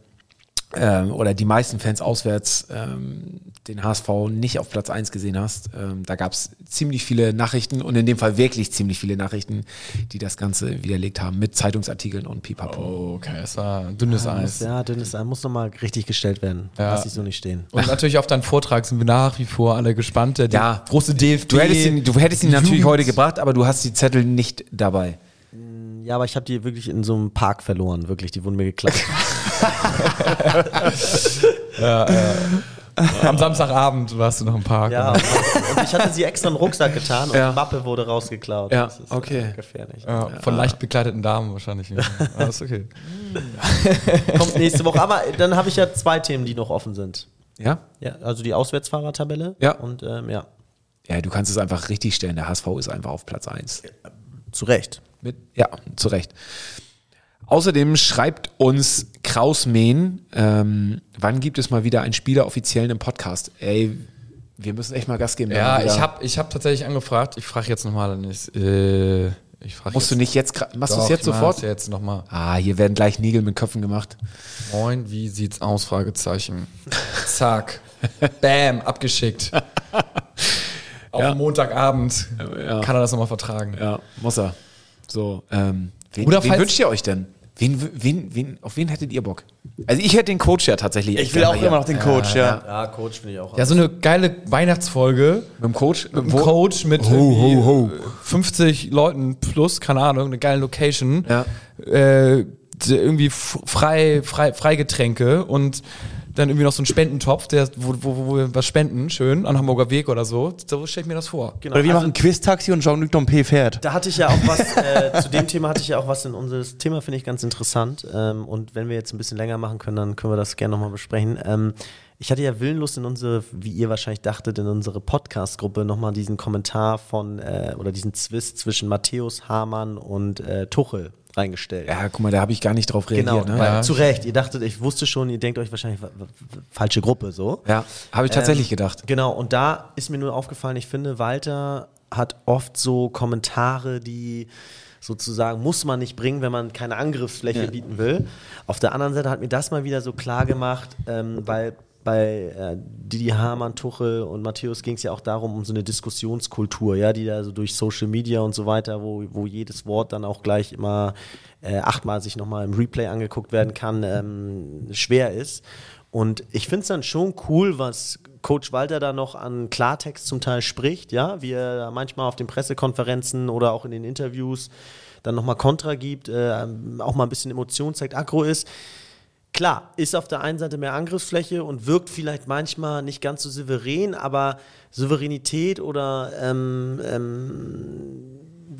S1: ähm, oder die meisten Fans auswärts ähm, den HSV nicht auf Platz 1 gesehen hast. Ähm, da gab es ziemlich viele Nachrichten und in dem Fall wirklich ziemlich viele Nachrichten, die das Ganze widerlegt haben mit Zeitungsartikeln und Pipapo.
S3: Okay, das war dünnes Eis.
S2: Ja, dünnes Eis muss nochmal richtig gestellt werden.
S3: Ja.
S2: Lass ich so nicht stehen.
S3: Und natürlich auf deinen Vortrag sind wir nach wie vor alle gespannt. Der
S1: Ja.
S3: große DFB.
S1: Du hättest ihn, du hättest ihn natürlich
S3: Jugend-
S1: heute gebracht, aber du hast die Zettel nicht dabei.
S2: Ja, aber ich habe die wirklich in so einem Park verloren, wirklich. Die wurden
S1: [laughs]
S2: mir geklaut.
S3: Am Samstagabend warst du noch im Park.
S2: ja, und ich hatte sie extra in den Rucksack getan und
S1: Ja.
S2: die Mappe wurde rausgeklaut.
S1: Ja,
S2: äh,
S1: okay.
S2: gefährlich.
S3: Ja, von leicht bekleideten Damen wahrscheinlich. Ja, ist okay.
S2: Kommt nächste Woche. Aber dann habe ich ja zwei Themen, die noch offen sind.
S1: Ja?
S2: Ja, also die Auswärtsfahrertabelle.
S1: Ja.
S2: Und ähm, ja,
S1: Ja, du kannst es einfach richtig stellen. Der HSV ist einfach auf Platz 1.
S2: zu Recht.
S1: Mit, ja, zu Recht. Außerdem schreibt uns Krausmähen, ähm, wann gibt es mal wieder einen Spieler offiziellen im Podcast? Ey, wir müssen echt mal Gas geben.
S3: Ja,
S1: damit wir-
S3: ich habe ich hab tatsächlich angefragt. Ich frage jetzt nochmal. nicht, Äh, ich frag
S1: Musst du
S3: jetzt-
S1: nicht jetzt. gra- Machst du
S3: Doch,
S1: es jetzt
S3: ich mach's
S1: sofort?
S3: jetzt nochmal.
S1: Ah, hier werden gleich Nägel mit Köpfen gemacht.
S3: Moin, wie sieht's aus? Fragezeichen. Zack. Bam,
S1: [laughs]
S3: abgeschickt. Auf Montagabend kann er das nochmal vertragen.
S1: Ja, muss er. So, ähm, wen,
S3: Oder
S1: wen
S3: falls-
S1: wünscht ihr euch denn? Wen, w- wen, wen, auf wen hättet ihr Bock? Also ich hätte den Coach ja tatsächlich.
S4: Ich will auch immer noch den Coach, ja.
S2: Ja, Coach finde ich auch.
S3: Ja, so eine geile Weihnachtsfolge.
S1: Mit dem Coach?
S3: Mit einem Coach mit irgendwie, äh, 50 Leuten plus, keine Ahnung, eine geile Location.
S1: Ja.
S3: Äh, d- irgendwie f- frei, frei, Freigetränke und dann irgendwie noch so einen Spendentopf, der, wo, wo, wo wir was spenden, schön, an Hamburger Weg oder so. So stelle ich mir das vor.
S2: Genau.
S4: Oder wir
S2: also,
S4: machen Quiz-Taxi und Jean-Luc Dompe fährt.
S2: Da hatte ich ja auch was, äh, zu dem Thema hatte ich ja auch was in unseres Thema, finde ich ganz interessant. Ähm, und wenn wir jetzt ein bisschen länger machen können, dann können wir das gerne nochmal besprechen. Ähm, ich hatte ja willenlos in unsere, wie ihr wahrscheinlich dachtet, in unsere Podcast-Gruppe nochmal diesen Kommentar von, äh, oder diesen Zwist zwischen Matthäus Hamann und äh, Tuchel reingestellt.
S1: Ja, guck mal, da habe ich gar nicht drauf
S2: Genau,
S1: reagiert. ne?
S2: weil,
S1: Ja,
S2: zu Recht. Ihr dachtet, ich wusste schon, ihr denkt euch wahrscheinlich, w- w- falsche Gruppe so.
S1: ja habe ich tatsächlich
S2: Ähm,
S1: gedacht.
S2: Genau, und da ist mir nur aufgefallen, ich finde, Walter hat oft so Kommentare, die sozusagen muss man nicht bringen, wenn man keine Angriffsfläche bieten will. Auf der anderen Seite hat mir das mal wieder so klar gemacht, ähm, weil bei äh, Didi Hamann, Tuchel und Matthäus ging es ja auch darum, um so eine Diskussionskultur, ja, die da so durch Social Media und so weiter, wo, wo jedes Wort dann auch gleich immer äh, achtmal sich nochmal im Replay angeguckt werden kann, ähm, schwer ist. Und ich finde es dann schon cool, was Coach Walter da noch an Klartext zum Teil spricht, ja, wie er da manchmal auf den Pressekonferenzen oder auch in den Interviews dann nochmal Kontra gibt, äh, auch mal ein bisschen Emotion zeigt, aggro ist. Klar, ist auf der einen Seite mehr Angriffsfläche und wirkt vielleicht manchmal nicht ganz so souverän, aber Souveränität oder ähm, ähm,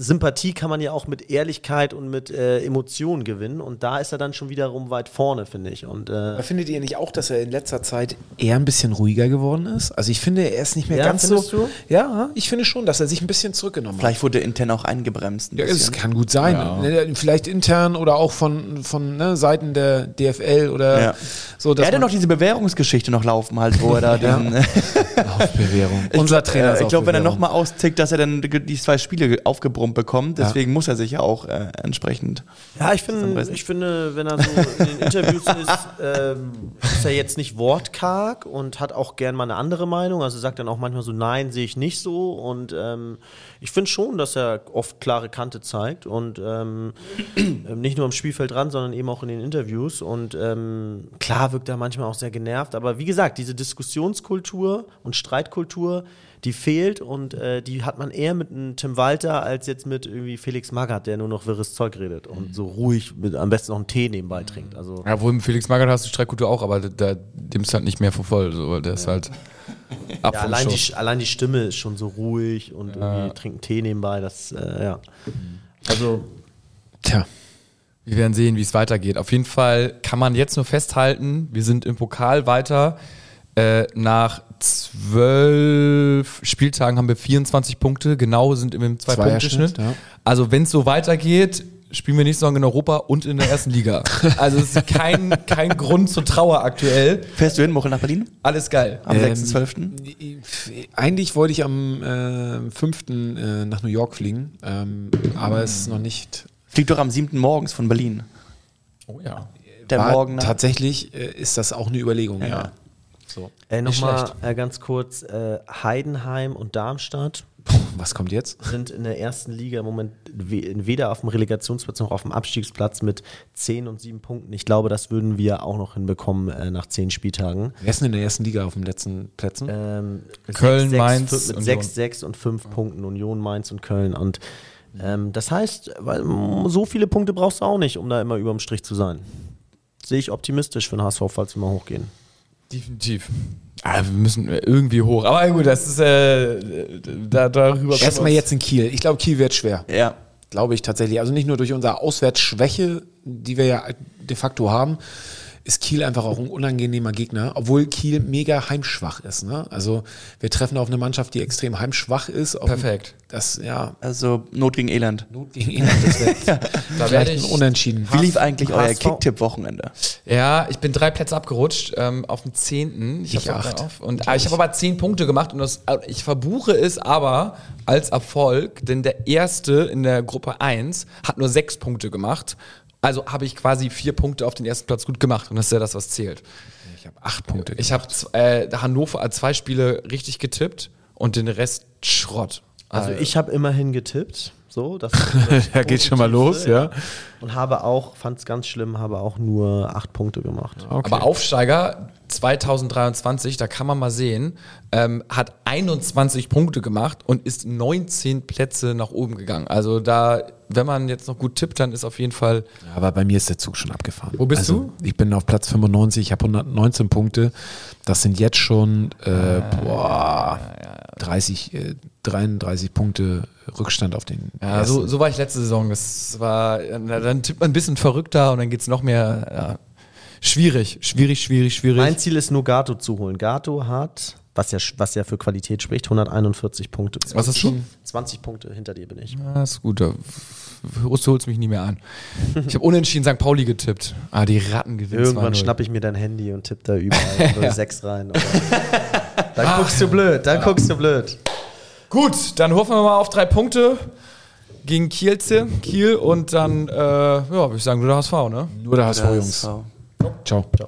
S2: Sympathie kann man ja auch mit Ehrlichkeit und mit äh, Emotionen gewinnen. Und da ist er dann schon wiederum weit vorne, finde ich. Und äh,
S1: Aber findet ihr nicht auch, dass er in letzter Zeit eher ein bisschen ruhiger geworden ist? Also ich finde, er ist nicht mehr
S2: Ja,
S1: ganz so.
S2: findest du?
S1: Ja, ich finde schon, dass er sich ein bisschen zurückgenommen hat.
S4: Vielleicht wurde intern auch eingebremst. Ein
S1: Ja, es
S4: bisschen.
S1: kann gut sein. Ne, Vielleicht intern oder auch von, von ne, Seiten der DFL oder
S4: Ja.
S1: so.
S4: er hatte noch diese Bewährungsgeschichte noch laufen, halt, wo er da den,
S1: Bewährung.
S4: Ich
S1: Unser
S4: glaub,
S1: Trainer ist
S4: Äh, ich
S1: auf
S4: glaube, wenn er
S1: Bewährung.
S4: nochmal austickt, dass er dann ge- die zwei Spiele ge- aufgebrummt bekommt. Deswegen muss er sich ja auch äh, entsprechend.
S2: ja, ich, finde,
S4: Zusammenreißen.
S2: ich finde, wenn er so in den Interviews [laughs] ist, ähm, ist er jetzt nicht wortkarg und hat auch gern mal eine andere Meinung. Also sagt dann auch manchmal so, nein, sehe ich nicht so. Und ähm, ich finde schon, dass er oft klare Kante zeigt und ähm, ähm, nicht nur am Spielfeld dran, sondern eben auch in den Interviews. Und ähm, klar wirkt er manchmal auch sehr genervt. Aber wie gesagt, diese Diskussionskultur und Streitkultur, die fehlt und äh, die hat man eher mit einem Tim Walter als jetzt mit irgendwie Felix Magath, der nur noch wirres Zeug redet und so ruhig mit am besten noch einen Tee nebenbei trinkt. Also
S3: Ja, wohl mit Felix Magath hast du die Streitkultur auch, aber da, da nimmst du halt nicht mehr vor voll. So, weil der ist halt
S2: [laughs]
S3: ab
S2: ja,
S3: vom
S2: allein,
S3: Schuss.
S2: die, allein die Stimme ist schon so ruhig und irgendwie trinkt einen Tee nebenbei. Das äh, ja. Also
S1: Tja.
S3: Wir werden sehen, wie es weitergeht. Auf jeden Fall kann man jetzt nur festhalten, wir sind im Pokal weiter. Äh, nach zwölf Spieltagen haben wir 24 Punkte. Genau sind wir im
S1: Zweierschnitt,
S3: Zwei-Punkte-Schnitt.
S1: ja.
S3: Also wenn es so weitergeht, spielen wir nächste Saison in Europa und in der
S1: [laughs]
S3: ersten Liga. Also es ist kein, kein Grund zur Trauer aktuell.
S4: Fährst du hin, Mochel, nach Berlin?
S3: Alles geil.
S4: Am
S1: Ähm,
S4: 6.12.?
S1: Äh, Eigentlich wollte ich am äh, 5. Äh, nach New York fliegen, ähm, aber es ist noch nicht.
S4: Fliegt doch am 7. morgens von Berlin.
S3: Oh ja.
S4: Der
S1: War-
S4: Morgen. nach-
S1: Tatsächlich äh, ist das auch eine Überlegung, ja. So.
S2: äh,
S1: Nicht
S2: nochmal
S1: schlecht.
S2: äh, ganz kurz äh, Heidenheim und Darmstadt.
S1: Was kommt jetzt?
S2: sind in der ersten Liga im Moment we- weder auf dem Relegationsplatz noch auf dem Abstiegsplatz mit 10 und 7 Punkten. Ich glaube, das würden wir auch noch hinbekommen äh, nach 10 Spieltagen.
S1: Wer ist denn in der ersten Liga auf den letzten Plätzen?
S2: Ähm,
S3: Köln, Mainz,
S2: fün- Mit
S3: Union.
S2: 6, 6 und 5 Punkten Union, Mainz und Köln. Und ähm, das heißt, weil, mm, so viele Punkte brauchst du auch nicht, um da immer überm Strich zu sein. Sehe ich optimistisch für den HSV, falls wir mal hochgehen.
S3: Definitiv. Ah, wir müssen irgendwie hoch. Aber gut, das ist äh, da, darüber.
S1: Erstmal jetzt in Kiel. Ich glaube, Kiel wird schwer.
S4: Ja.
S1: Glaube ich tatsächlich. Also nicht nur durch unsere Auswärtsschwäche, die wir ja de facto haben, ist Kiel einfach auch ein unangenehmer Gegner, obwohl Kiel mega heimschwach ist. Ne? Also wir treffen auf eine Mannschaft, die extrem heimschwach ist. Auf
S3: Perfekt.
S1: Das, ja,
S4: Also Not gegen Elend.
S1: Not gegen England, das
S3: [laughs]
S1: wird
S3: Da werde
S1: vielleicht ein
S3: ich
S1: Unentschieden.
S4: Wie lief eigentlich euer
S2: HSV?
S4: Kicktipp-Wochenende?
S3: Ja, ich bin drei Plätze abgerutscht ähm, auf den zehnten. Ich,
S1: Ich
S3: hab's auch
S1: acht.
S3: Auf. Und ah, ich habe aber zehn Punkte gemacht und das, äh, ich verbuche es aber als Erfolg, denn der erste in der Gruppe 1 hat nur sechs Punkte gemacht. Also habe ich quasi vier Punkte auf den ersten Platz gut gemacht und das ist ja das, was zählt.
S1: Ich habe acht Punkte.
S3: Ich habe z- äh, Hannover äh, zwei Spiele richtig getippt und den Rest Schrott.
S1: Ah,
S2: Also ich habe immerhin getippt.
S1: [laughs]
S2: So, das
S1: da Äh. geht schon mal los, ja.
S2: und habe auch, fand es ganz schlimm, habe auch nur 8 Punkte gemacht.
S3: Aber Aufsteiger 2023, da kann man mal sehen, ähm, hat 21 Punkte gemacht und ist 19 Plätze nach oben gegangen. Also da, wenn man jetzt noch gut tippt, dann ist auf jeden Fall.
S1: Aber bei mir ist der Zug schon abgefahren.
S3: Wo bist
S1: du? Ich bin auf Platz 95, ich habe 119 Punkte. Das sind jetzt schon
S3: Ah,
S1: äh, boah, 30, äh, 33 Punkte Rückstand auf den
S3: Ja,
S1: ersten.
S3: so, so war ich letzte Saison. Das war, na, dann tippt man ein bisschen verrückter und dann geht's noch mehr. Ja. Schwierig, schwierig, schwierig, schwierig.
S2: Mein Ziel ist nur Gato zu holen. Gato hat, was ja, was ja für Qualität spricht, 141 Punkte.
S3: Was hast du?
S2: 20 Punkte hinter dir bin ich.
S3: Ja, ist gut. da- Du holst mich nie mehr an. Ich habe unentschieden St. Pauli getippt. Ah, die Ratten gewinnen.
S2: Irgendwann
S3: 2-0.
S2: schnappe ich mir dein Handy und tippe da
S3: [laughs]
S2: überall 06 rein. Aber dann guckst du blöd, dann guckst du blöd.
S3: Gut, dann hoffen wir mal auf drei Punkte gegen Kielze, Kiel und dann, äh, ja, würde ich sagen, wieder HSV, ne?
S1: Nur der HSV, Jungs.
S4: So.
S1: Ciao. Ciao.